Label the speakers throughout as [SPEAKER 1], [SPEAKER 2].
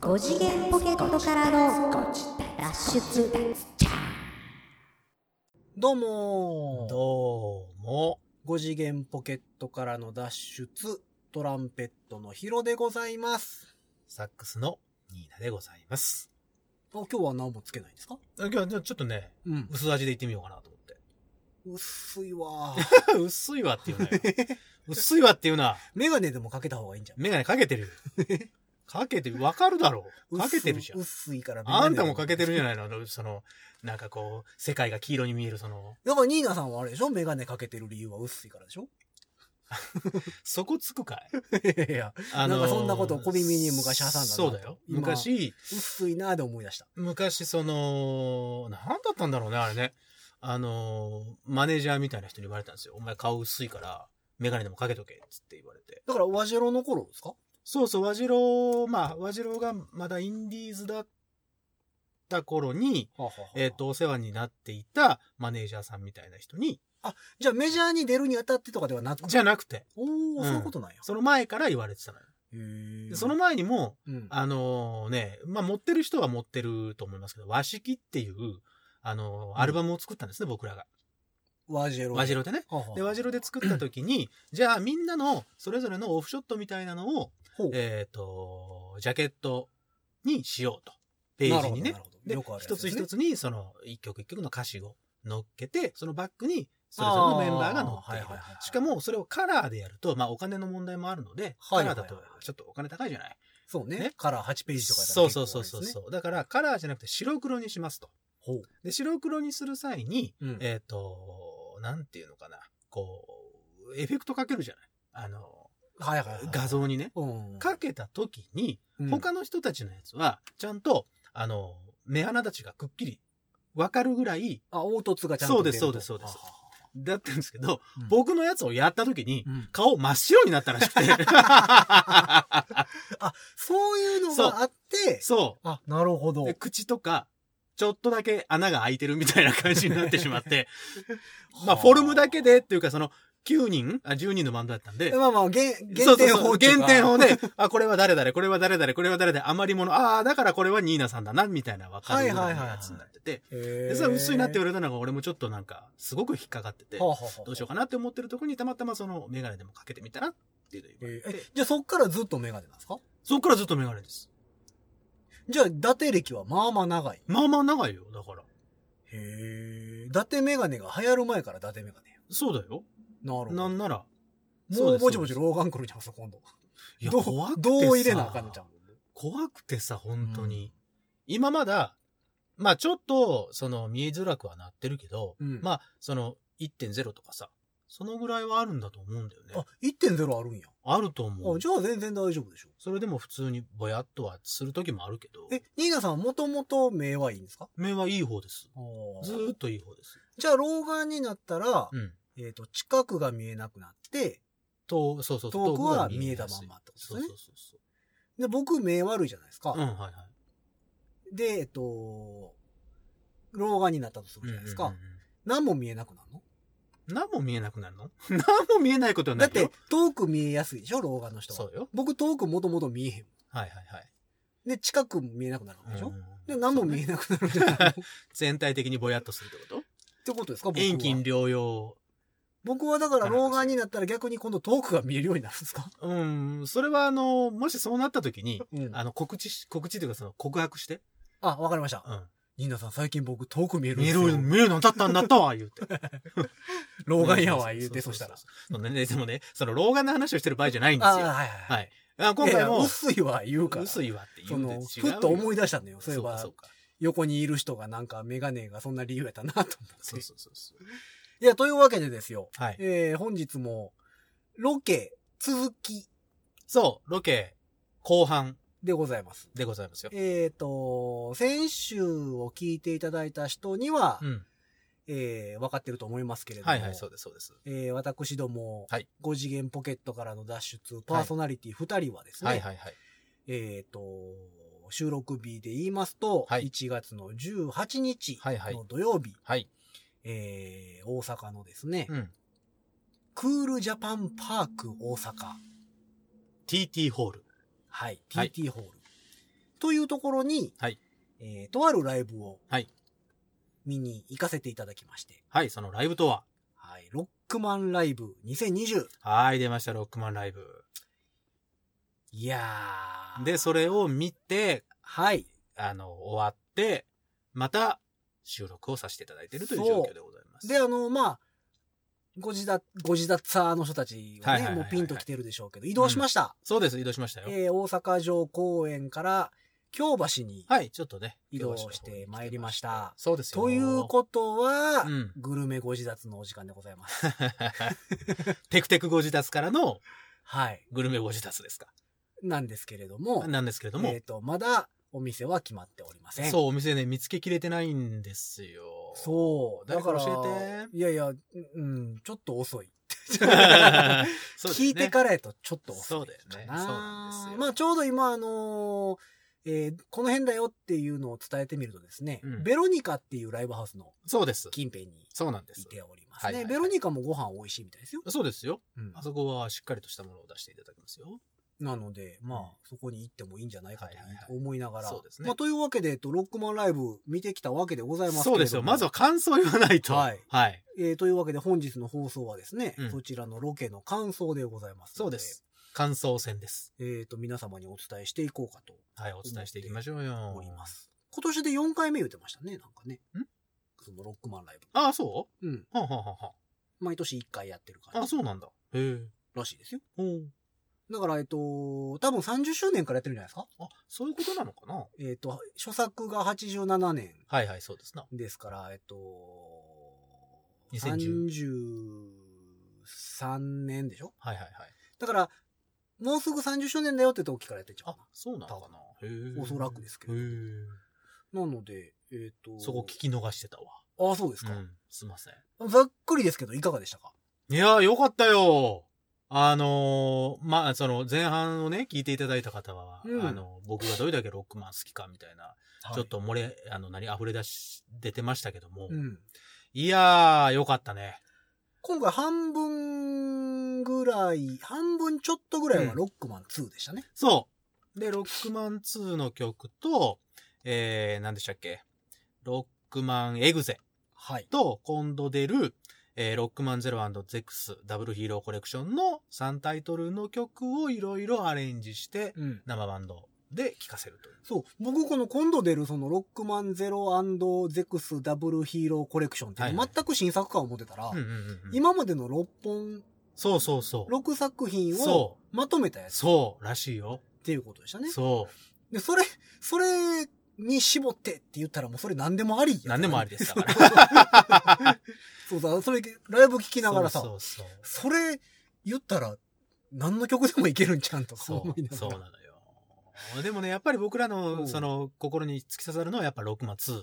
[SPEAKER 1] 5次元ポケットからの脱出
[SPEAKER 2] どうもー
[SPEAKER 3] どうも。
[SPEAKER 2] 五次元ポケットからの脱出、トランペットのヒロでございます。
[SPEAKER 3] サックスのニーナでございます。
[SPEAKER 2] あ今日は何もつけないんですか
[SPEAKER 3] あ今日はちょっとね、
[SPEAKER 2] うん。
[SPEAKER 3] 薄味でいってみようかなと思って。
[SPEAKER 2] 薄いわー。
[SPEAKER 3] 薄いわっていうなよ。 薄いわっていうな。
[SPEAKER 2] メガネでもかけた方がいいんじゃん。
[SPEAKER 3] メガネかけてるよ。 かけてる。わかるだろう。 かけてるじゃん。
[SPEAKER 2] 薄い薄いから
[SPEAKER 3] あんたもかけて
[SPEAKER 2] る。
[SPEAKER 3] るじゃないの。その、なんかこう、世界が黄色に見える、その、
[SPEAKER 2] だからニーナさんはあれでしょメガネかけてる理由は薄いからでしょ
[SPEAKER 3] そこつくか い
[SPEAKER 2] いや、
[SPEAKER 3] あ
[SPEAKER 2] なんかそんなことを小耳に昔挟んだなと
[SPEAKER 3] そうだよ。
[SPEAKER 2] 今
[SPEAKER 3] 昔、
[SPEAKER 2] 薄いなーで思い出した。
[SPEAKER 3] 昔その、なんだったんだろうね、あれね。あの、マネージャーみたいな人に言われたんですよ。お前顔薄いから、メガネでもかけとけ、つって言われて。
[SPEAKER 2] だから、和白の頃ですか
[SPEAKER 3] そうそう、和白、まあ、和白がまだインディーズだった頃に、えっ、。と、お世話になっていたマネージャーさんみたいな人に、
[SPEAKER 2] じゃあメジャーに出るにあたってとかではなく
[SPEAKER 3] じゃなくて、
[SPEAKER 2] おー、
[SPEAKER 3] うん
[SPEAKER 2] そういうことなんや。
[SPEAKER 3] その前から言われてたのよ。
[SPEAKER 2] へ
[SPEAKER 3] でその、前にも、
[SPEAKER 2] うん。
[SPEAKER 3] あのね、まあ、持ってる人は持ってると思いますけど、和式っていう、あのアルバムを作ったんですね、僕らが。
[SPEAKER 2] 和白。
[SPEAKER 3] 和白でね。
[SPEAKER 2] はは
[SPEAKER 3] で、和白で作った時に、 じゃあみんなのそれぞれのオフショットみたいなのを、
[SPEAKER 2] ほう
[SPEAKER 3] えっ、と、ジャケットにしようと。ページにね
[SPEAKER 2] なる。ほど
[SPEAKER 3] で
[SPEAKER 2] なるほどよくあ、るや
[SPEAKER 3] 一
[SPEAKER 2] つで
[SPEAKER 3] つ
[SPEAKER 2] すね
[SPEAKER 3] 一つにその一曲一曲の歌詞を乗っけて、そのバックにそれぞれのメンバーが乗っている
[SPEAKER 2] あーはいはいはいはい
[SPEAKER 3] しかもそれをカラーでやると、まあお金の問題もあるので、
[SPEAKER 2] はいはいはい
[SPEAKER 3] カラーだとちょっとお金高いじゃない。
[SPEAKER 2] そうね。
[SPEAKER 3] ね
[SPEAKER 2] カラー8ページとか
[SPEAKER 3] そうそうそうそう
[SPEAKER 2] う。
[SPEAKER 3] そう。だからカラーじゃなくて白黒にしますと。
[SPEAKER 2] ほう。
[SPEAKER 3] で、白黒にする際に、
[SPEAKER 2] うん
[SPEAKER 3] えっ、と、なんていうのかな、こう、エフェクトかけるじゃないあの、
[SPEAKER 2] はいはいはい。
[SPEAKER 3] 画像にね。
[SPEAKER 2] うん。
[SPEAKER 3] かけた時に、
[SPEAKER 2] うん、
[SPEAKER 3] 他の人たちのやつは、ちゃんと、あの、目鼻立ちがくっきり、わかるぐらい
[SPEAKER 2] あ、凹凸がちゃんと
[SPEAKER 3] そうです
[SPEAKER 2] 出ると
[SPEAKER 3] そうですそうです
[SPEAKER 2] ははは
[SPEAKER 3] だったんですけど、
[SPEAKER 2] うん
[SPEAKER 3] 僕のやつをやった時に、
[SPEAKER 2] うん
[SPEAKER 3] 顔真っ白になったらしくて。
[SPEAKER 2] そういうのがあって、
[SPEAKER 3] そ
[SPEAKER 2] あ、なるほ
[SPEAKER 3] う。
[SPEAKER 2] ど
[SPEAKER 3] で。口とか、ちょっとだけ穴が開いてるみたいな感じになってしま って、まあ、フォルムだけでっていうか、その、9人あ、10人のバンドだったんで、
[SPEAKER 2] まあまあ、限
[SPEAKER 3] そ
[SPEAKER 2] 限
[SPEAKER 3] うそう
[SPEAKER 2] 定
[SPEAKER 3] そう
[SPEAKER 2] 法っていう
[SPEAKER 3] 減
[SPEAKER 2] か
[SPEAKER 3] 点法で、あ、これは誰々、これは誰々、これは誰々、余り物、ああ、だからこれはニーナさんだな、みたいな分かるような
[SPEAKER 2] はいはいはい
[SPEAKER 3] やつになってて、
[SPEAKER 2] へー
[SPEAKER 3] で、それ薄いなって言われたのが俺もちょっとなんか、すごく引っかかってて、
[SPEAKER 2] は
[SPEAKER 3] ど
[SPEAKER 2] はは
[SPEAKER 3] うしようかなって思ってるとこにたまたまそのメガネでもかけてみたらっていうのを言われ
[SPEAKER 2] へー
[SPEAKER 3] て、
[SPEAKER 2] じゃあそっからずっとメガネなんですか
[SPEAKER 3] そっからずっとメガネです。
[SPEAKER 2] じゃあ、伊達歴はまあまあ長い。
[SPEAKER 3] まあまあ長いよ、だから。
[SPEAKER 2] へえ。伊達メガネが流行る前から伊達メガネ。
[SPEAKER 3] そうだよ。
[SPEAKER 2] なるほ
[SPEAKER 3] な
[SPEAKER 2] ど。
[SPEAKER 3] んなら、そう
[SPEAKER 2] もう
[SPEAKER 3] です
[SPEAKER 2] ぼちぼち老眼来るじゃん、そこ今度。
[SPEAKER 3] いや、
[SPEAKER 2] どう
[SPEAKER 3] 怖くてさ。
[SPEAKER 2] どう入れなあかんのじゃん。
[SPEAKER 3] 怖くてさ、本当に。今まだ、まあちょっと、その、見えづらくはなってるけど、
[SPEAKER 2] うん
[SPEAKER 3] まあ、その、1.0とかさ、そのぐらいはあるんだと思うんだよね
[SPEAKER 2] あ。、1.0あるんや。
[SPEAKER 3] あると思
[SPEAKER 2] あ
[SPEAKER 3] う
[SPEAKER 2] じ。ゃあ全然大丈夫でしょ。
[SPEAKER 3] それでも普通にぼやっとはする時もあるけど、
[SPEAKER 2] え、ニーナさんもともと目はいいんですか
[SPEAKER 3] 目はいい方です。ず
[SPEAKER 2] ず
[SPEAKER 3] ーっといい方です。
[SPEAKER 2] じゃあ老眼になったら、
[SPEAKER 3] うん。
[SPEAKER 2] えっ、と、近くが見えなくなって、
[SPEAKER 3] と、そうそう、
[SPEAKER 2] 遠くは
[SPEAKER 3] が
[SPEAKER 2] 見えた
[SPEAKER 3] や
[SPEAKER 2] ます
[SPEAKER 3] い
[SPEAKER 2] んまってこと
[SPEAKER 3] そ
[SPEAKER 2] で
[SPEAKER 3] う
[SPEAKER 2] す
[SPEAKER 3] そ
[SPEAKER 2] ね
[SPEAKER 3] うそうそ
[SPEAKER 2] で、僕目悪いじゃないですか。
[SPEAKER 3] う。うん、はいはい。
[SPEAKER 2] で、えっ、と、老眼になったとするじゃないですか。
[SPEAKER 3] うんうんうんうん
[SPEAKER 2] 何も見えなくなるの
[SPEAKER 3] 何も見えなくな るの何も見えないことはな
[SPEAKER 2] だっ
[SPEAKER 3] いよ
[SPEAKER 2] て。、遠く見えやすいでしょ老眼の人は
[SPEAKER 3] そ。うよ。
[SPEAKER 2] 僕遠くもともと見えへんも
[SPEAKER 3] はいはい
[SPEAKER 2] ん。で、近くも見えなくなる
[SPEAKER 3] はい。
[SPEAKER 2] でしょ、
[SPEAKER 3] うん
[SPEAKER 2] で、何も見えなくなるじゃない のって
[SPEAKER 3] 全体的にぼやっとするってこと
[SPEAKER 2] ことですか僕は
[SPEAKER 3] 遠近療養。
[SPEAKER 2] 僕はだから老眼になったら逆に今度遠くが見えるようになるんですか
[SPEAKER 3] うん、それはあの、もしそうなった時に、
[SPEAKER 2] うん
[SPEAKER 3] あの、告知し、告知というかその、告白して、
[SPEAKER 2] あ、わかりました。
[SPEAKER 3] うん。
[SPEAKER 2] ニーナさん最近僕遠く見えるん
[SPEAKER 3] 見
[SPEAKER 2] で
[SPEAKER 3] え
[SPEAKER 2] すよ。
[SPEAKER 3] る、見えるのだったんだったわ、言うて。
[SPEAKER 2] 老眼やわ、言うて、そしたら。
[SPEAKER 3] そうね。でもね、その老眼の話をしてる場合じゃないんです
[SPEAKER 2] あ
[SPEAKER 3] よ。
[SPEAKER 2] はいはい
[SPEAKER 3] はい。あ
[SPEAKER 2] 今
[SPEAKER 3] 今
[SPEAKER 2] 回
[SPEAKER 3] 回
[SPEAKER 2] も。
[SPEAKER 3] も、
[SPEAKER 2] 薄いは言うから。
[SPEAKER 3] 薄いわって
[SPEAKER 2] そ
[SPEAKER 3] 言うて違
[SPEAKER 2] の、
[SPEAKER 3] う。
[SPEAKER 2] ふっと思い出したんだよ。そういえ
[SPEAKER 3] そうか、そ
[SPEAKER 2] ば
[SPEAKER 3] う、か。
[SPEAKER 2] 横にいる人がなんかメガネがそんな理由やったなと思って。
[SPEAKER 3] そうそうそうそう。
[SPEAKER 2] いや、というわけでですよ。
[SPEAKER 3] はい。
[SPEAKER 2] えー、本日も、ロケ、続き
[SPEAKER 3] そう、ロケ、後半
[SPEAKER 2] でございます。
[SPEAKER 3] でございますよ。
[SPEAKER 2] えっ、と、先週を聞いていただいた人には、
[SPEAKER 3] うん。
[SPEAKER 2] えー、わかってると思いますけれども。
[SPEAKER 3] はいはい、そうです、そうです。
[SPEAKER 2] えー、私ども、
[SPEAKER 3] はい
[SPEAKER 2] 5次元ポケットからの脱出、パーソナリティ2人はですね、
[SPEAKER 3] はいはいはい。
[SPEAKER 2] えっ、と、収録日で言いますと、
[SPEAKER 3] はい
[SPEAKER 2] 1月の18日
[SPEAKER 3] はいはい
[SPEAKER 2] の土曜日、
[SPEAKER 3] はい。
[SPEAKER 2] えー大阪のですね、
[SPEAKER 3] うん。
[SPEAKER 2] クールジャパンパーク大阪
[SPEAKER 3] TT ホール。
[SPEAKER 2] はい。
[SPEAKER 3] はい
[SPEAKER 2] TT ホール。というところに、
[SPEAKER 3] はい
[SPEAKER 2] えーとあるライブを、
[SPEAKER 3] はい
[SPEAKER 2] 見に行かせていただきまして、
[SPEAKER 3] はい、そのライブとは。
[SPEAKER 2] はい。ロックマンライブ2020。
[SPEAKER 3] はい、出ました、ロックマンライブ。
[SPEAKER 2] いやー。
[SPEAKER 3] で、それを見て、
[SPEAKER 2] はい。
[SPEAKER 3] あの、終わって、また収録をさせていただいているという状況でございます。
[SPEAKER 2] で、あの、まあ、ご自立、ご自立さの人たち
[SPEAKER 3] は
[SPEAKER 2] はい
[SPEAKER 3] はいはい
[SPEAKER 2] ね、
[SPEAKER 3] はい
[SPEAKER 2] もうピンと来てるでしょうけど、移動しました。
[SPEAKER 3] そうです、移動しましたよ。
[SPEAKER 2] えー大阪城公園から京橋に。
[SPEAKER 3] はい、ちょっとね、
[SPEAKER 2] 移動してまいりました
[SPEAKER 3] そうですよ
[SPEAKER 2] ということは、
[SPEAKER 3] うん
[SPEAKER 2] グルメご自立のお時間でございます。
[SPEAKER 3] テクテクご自達からの
[SPEAKER 2] はい。
[SPEAKER 3] グルメご自達ですか。
[SPEAKER 2] なんですけれども、
[SPEAKER 3] なんですけれども
[SPEAKER 2] えっ、、と、まだお店は決まっておりません。
[SPEAKER 3] そう、お店ね、見つけきれてないんですよ。
[SPEAKER 2] そう。だから、
[SPEAKER 3] 誰か教えて
[SPEAKER 2] いやいや、うんうん、ちょっと遅い。
[SPEAKER 3] そうですね
[SPEAKER 2] 聞いてからやとちょっと遅い
[SPEAKER 3] そうだよね。そう
[SPEAKER 2] かな。
[SPEAKER 3] なんですよ。
[SPEAKER 2] まあ、ちょうど今、あのーえーこの辺だよっていうのを伝えてみるとですね、
[SPEAKER 3] うん
[SPEAKER 2] ベロニカっていうライブハウスの
[SPEAKER 3] そうです。
[SPEAKER 2] 近辺に
[SPEAKER 3] そうなんで
[SPEAKER 2] い
[SPEAKER 3] す。
[SPEAKER 2] ておりますね。
[SPEAKER 3] はいはいはい
[SPEAKER 2] ベロニカもご飯美味しいみたいですよ。
[SPEAKER 3] そうですよ。
[SPEAKER 2] うん
[SPEAKER 3] あそこはしっかりとしたものを出していただきますよ。
[SPEAKER 2] なので、まあ、そこに行ってもいいんじゃないか
[SPEAKER 3] はいはいはい
[SPEAKER 2] と思いながら。
[SPEAKER 3] そうですね
[SPEAKER 2] まあ、というわけで、えっと、ロックマンライブ見てきたわけでございますけれど
[SPEAKER 3] そう
[SPEAKER 2] も
[SPEAKER 3] ですよ。まずは感想を言わないと。
[SPEAKER 2] はい
[SPEAKER 3] はい。
[SPEAKER 2] えーというわけで本日の放送はですね、
[SPEAKER 3] うん
[SPEAKER 2] そちらのロケの感想でございます。
[SPEAKER 3] そうです。。感想戦です。
[SPEAKER 2] えっ、と、皆様にお伝えしていこうかと
[SPEAKER 3] はい、お伝えしていきましょうよ。
[SPEAKER 2] 思いま。す。今年で4回目言ってましたね、なんかね。
[SPEAKER 3] ん
[SPEAKER 2] そのロックマンライ
[SPEAKER 3] ああ、そ
[SPEAKER 2] ブ。うん。
[SPEAKER 3] うはあ、はあはあは
[SPEAKER 2] 毎年1回やってるか
[SPEAKER 3] あ、あ
[SPEAKER 2] ら
[SPEAKER 3] あ、、そうなんだ。へえ。
[SPEAKER 2] らしいですよ。
[SPEAKER 3] ほう。
[SPEAKER 2] だから、えっ、と、多分30周年からやってるんじゃないですか
[SPEAKER 3] あ、そういうことなのかな
[SPEAKER 2] えっ、と、初作が87年
[SPEAKER 3] はいはい、そうですな。
[SPEAKER 2] ですから、えっ、と、
[SPEAKER 3] 2010
[SPEAKER 2] 33年でしょ
[SPEAKER 3] はいはいはい。
[SPEAKER 2] だから、もうすぐ30周年だよって時からやってっちゃう
[SPEAKER 3] あ
[SPEAKER 2] かな、
[SPEAKER 3] そうなのかなへえ
[SPEAKER 2] おそらくですけど
[SPEAKER 3] へえ。
[SPEAKER 2] なので、えっ、と。
[SPEAKER 3] そこ聞き逃してたわ。
[SPEAKER 2] ああ、そうですか、
[SPEAKER 3] うんすいません。
[SPEAKER 2] ざっくりですけど、いかがでしたか
[SPEAKER 3] いやー、よかったよあのーまあ、その前半をね、聞いていただいた方は、
[SPEAKER 2] うん
[SPEAKER 3] あの、僕がどれだけロックマン好きかみたいな、ちょっ。と漏れ、あの、何、溢れ出し、出てましたけども、
[SPEAKER 2] うん。
[SPEAKER 3] いやー、よかったね。
[SPEAKER 2] 今回半分ぐらい、半分ちょっとぐらいは
[SPEAKER 3] うん
[SPEAKER 2] ロックマン2でしたね。
[SPEAKER 3] そう。で、ロックマン2の曲と、えー、何でしたっけ、ロックマンエグゼ
[SPEAKER 2] はい。
[SPEAKER 3] と、今度出る、えーロックマンゼロゼクスダブルヒーローコレクションの3タイトルの曲をいろいろアレンジして、
[SPEAKER 2] うん。
[SPEAKER 3] 生バンドで聴かせるという。
[SPEAKER 2] そう。僕、この今度出るそのロックマンゼロゼクスダブルヒーローコレクションっていうの
[SPEAKER 3] はいはい
[SPEAKER 2] 全く新作感を持てたら、
[SPEAKER 3] うんうんうんうん
[SPEAKER 2] 今までの6本、
[SPEAKER 3] そうそうそう。
[SPEAKER 2] 6作品を
[SPEAKER 3] そ
[SPEAKER 2] まとめたや
[SPEAKER 3] う。
[SPEAKER 2] つっ
[SPEAKER 3] そう、らしいよ。
[SPEAKER 2] ていうことでしたね。
[SPEAKER 3] そう。
[SPEAKER 2] で、それ、それに絞ってって言ったらもうそれ何でもありやから
[SPEAKER 3] 何でもありですだから。
[SPEAKER 2] そうだ、それ、ライブ聞きながらさ、そ
[SPEAKER 3] そうそう
[SPEAKER 2] れ言ったら、何の曲でもいけるんちゃうんとか
[SPEAKER 3] そう。
[SPEAKER 2] 思いながら。
[SPEAKER 3] そうそうなのよ。でもね、やっぱり僕ら
[SPEAKER 2] う
[SPEAKER 3] の、
[SPEAKER 2] ん
[SPEAKER 3] その、心に突き刺さるのはやっぱロックマン2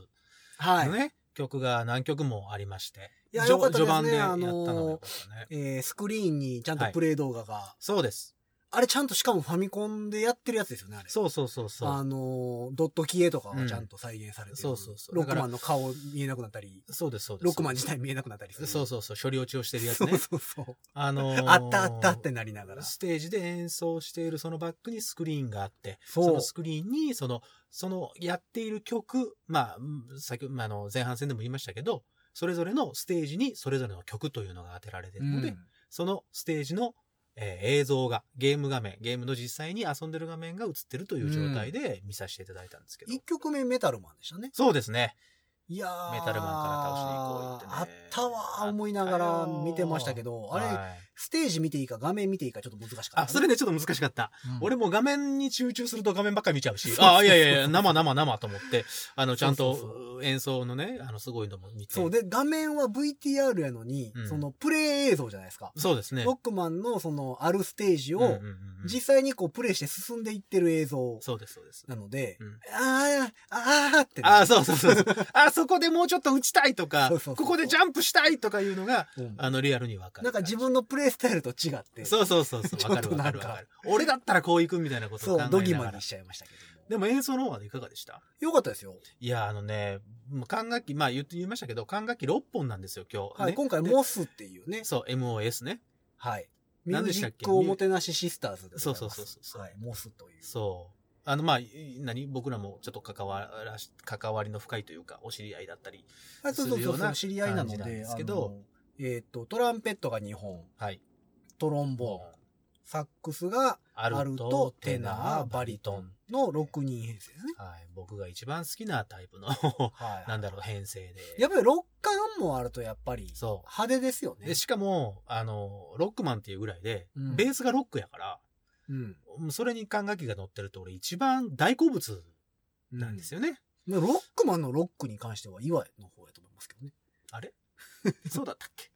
[SPEAKER 2] はい。
[SPEAKER 3] のね、曲が何曲もありまして。
[SPEAKER 2] いや
[SPEAKER 3] じょ
[SPEAKER 2] よかったですね
[SPEAKER 3] 序盤でやった
[SPEAKER 2] あ
[SPEAKER 3] の
[SPEAKER 2] のー
[SPEAKER 3] がよかったね。
[SPEAKER 2] えースクリーンにちゃんとプレイ動画が、
[SPEAKER 3] そうです。
[SPEAKER 2] あれちゃんとしかもファミコンでやってるやつですよね、あれ。
[SPEAKER 3] そうそうそうそ
[SPEAKER 2] あ
[SPEAKER 3] う。
[SPEAKER 2] のー、ドット消えとかがちゃんと再現されてる、
[SPEAKER 3] うんそうそうそう
[SPEAKER 2] ロックマンの顔見えなくなったり、
[SPEAKER 3] そうです、そうです。
[SPEAKER 2] ロックマン自体見えなくなったりする。
[SPEAKER 3] そう
[SPEAKER 2] う
[SPEAKER 3] そうそう、処理落ちをしてるやつ
[SPEAKER 2] そう
[SPEAKER 3] ね。
[SPEAKER 2] そうそう。
[SPEAKER 3] あのー
[SPEAKER 2] あったあったってなりながら。
[SPEAKER 3] ステージで演奏しているそのバックにスクリーンがあって、
[SPEAKER 2] そう
[SPEAKER 3] そのスクリーンに、その、そのやっている曲、まあ、うん先ほど、まあ、あの、前半戦でも言いましたけど、それぞれのステージにそれぞれの曲というのが当てられているので、
[SPEAKER 2] うん
[SPEAKER 3] そのステージの、えー映像が、ゲーム画面、ゲームの実際に遊んでる画面が映ってるという状態で見させていただいたんですけど。
[SPEAKER 2] 一曲目メタルマンでしたね。
[SPEAKER 3] そうですね。
[SPEAKER 2] いやー
[SPEAKER 3] メタルマンから倒しに行こう言ってね
[SPEAKER 2] あったわー思いながら見てましたけど、あれ、
[SPEAKER 3] はい
[SPEAKER 2] ステージ見ていいか画面見ていいかちょっと難しかった、
[SPEAKER 3] あ、それね、ちょっと難しかった。
[SPEAKER 2] うん
[SPEAKER 3] 俺も画面に集中すると画面ばっかり見ちゃうし
[SPEAKER 2] そう、そうそう
[SPEAKER 3] あ、いやいやいや、生生生と思って、あの、ちゃん
[SPEAKER 2] そうそう
[SPEAKER 3] と演奏のね、あの、すごいのも見て。
[SPEAKER 2] そう、で、画面は VTR やのに、
[SPEAKER 3] うん
[SPEAKER 2] そのプレイ映像じゃないですか。
[SPEAKER 3] そうですね。
[SPEAKER 2] ロックマンのそのあるステージ
[SPEAKER 3] うんうん
[SPEAKER 2] を
[SPEAKER 3] うんうん
[SPEAKER 2] 実際にこうプレイして進んでいってる映像
[SPEAKER 3] そうです、そうです。
[SPEAKER 2] なので、
[SPEAKER 3] うん
[SPEAKER 2] あー、あーってね、
[SPEAKER 3] あそうそうそうそう。あそこでもうちょっと打ちたいと
[SPEAKER 2] そ
[SPEAKER 3] か、
[SPEAKER 2] うそうそう
[SPEAKER 3] ここでジャンプしたいとかいうのが、
[SPEAKER 2] うん
[SPEAKER 3] あの、リアルにわかる。
[SPEAKER 2] なんか自分のプレイスタイルと違って、
[SPEAKER 3] そうそうそうそう、わかるわかる
[SPEAKER 2] ちょっとなんか
[SPEAKER 3] わかる。俺だったらこう行くみたいなこと
[SPEAKER 2] そ
[SPEAKER 3] を
[SPEAKER 2] う
[SPEAKER 3] 考えながら。
[SPEAKER 2] ドギマギしちゃいましたけども。
[SPEAKER 3] でも演奏の方はいかがでした
[SPEAKER 2] よかったですよ。
[SPEAKER 3] いや、あのね、もう管楽器、まあ言って言いましたけど、管楽器6本なんですよ、今日。
[SPEAKER 2] はい、
[SPEAKER 3] ね
[SPEAKER 2] 今回
[SPEAKER 3] で
[SPEAKER 2] モスっていうね、
[SPEAKER 3] そう、MOS ね。
[SPEAKER 2] はい。ミュ
[SPEAKER 3] 何
[SPEAKER 2] ー
[SPEAKER 3] でし
[SPEAKER 2] ジ
[SPEAKER 3] たっ
[SPEAKER 2] ッ
[SPEAKER 3] け
[SPEAKER 2] クおもてなしシスターズでございます
[SPEAKER 3] そうそうそうそう
[SPEAKER 2] はい、モスという。
[SPEAKER 3] そう。あの、まあ、い何僕らもちょっと関わらし、関わりの深いというか、お知り合いだったり。
[SPEAKER 2] あそうそうそ
[SPEAKER 3] するよ
[SPEAKER 2] う
[SPEAKER 3] う
[SPEAKER 2] そう、
[SPEAKER 3] な
[SPEAKER 2] 知り合いなので、
[SPEAKER 3] 感じなんですけど
[SPEAKER 2] あのえっ、と、トランペットが2本、
[SPEAKER 3] はい。
[SPEAKER 2] トロンボーン、サックスが
[SPEAKER 3] ア
[SPEAKER 2] アルト、テナー、バリトン。の6人編成ですね。
[SPEAKER 3] はい。僕が一番好きなタイプの、
[SPEAKER 2] はい。
[SPEAKER 3] なんだろう、編成で。
[SPEAKER 2] やっぱり6巻もあるとやっぱり
[SPEAKER 3] そ
[SPEAKER 2] 派手ですよ
[SPEAKER 3] う。
[SPEAKER 2] ね
[SPEAKER 3] で、。しかも、あの、ロックマンっていうぐらいで、
[SPEAKER 2] うん
[SPEAKER 3] ベースがロックやから、
[SPEAKER 2] うん。
[SPEAKER 3] うんそれに管楽器が乗ってると俺一番大好物
[SPEAKER 2] な
[SPEAKER 3] なんん
[SPEAKER 2] で
[SPEAKER 3] ですす
[SPEAKER 2] よ。
[SPEAKER 3] よね。
[SPEAKER 2] ロックマンのロックに関しては岩井の方やと思いますけどね。
[SPEAKER 3] そうだったっけ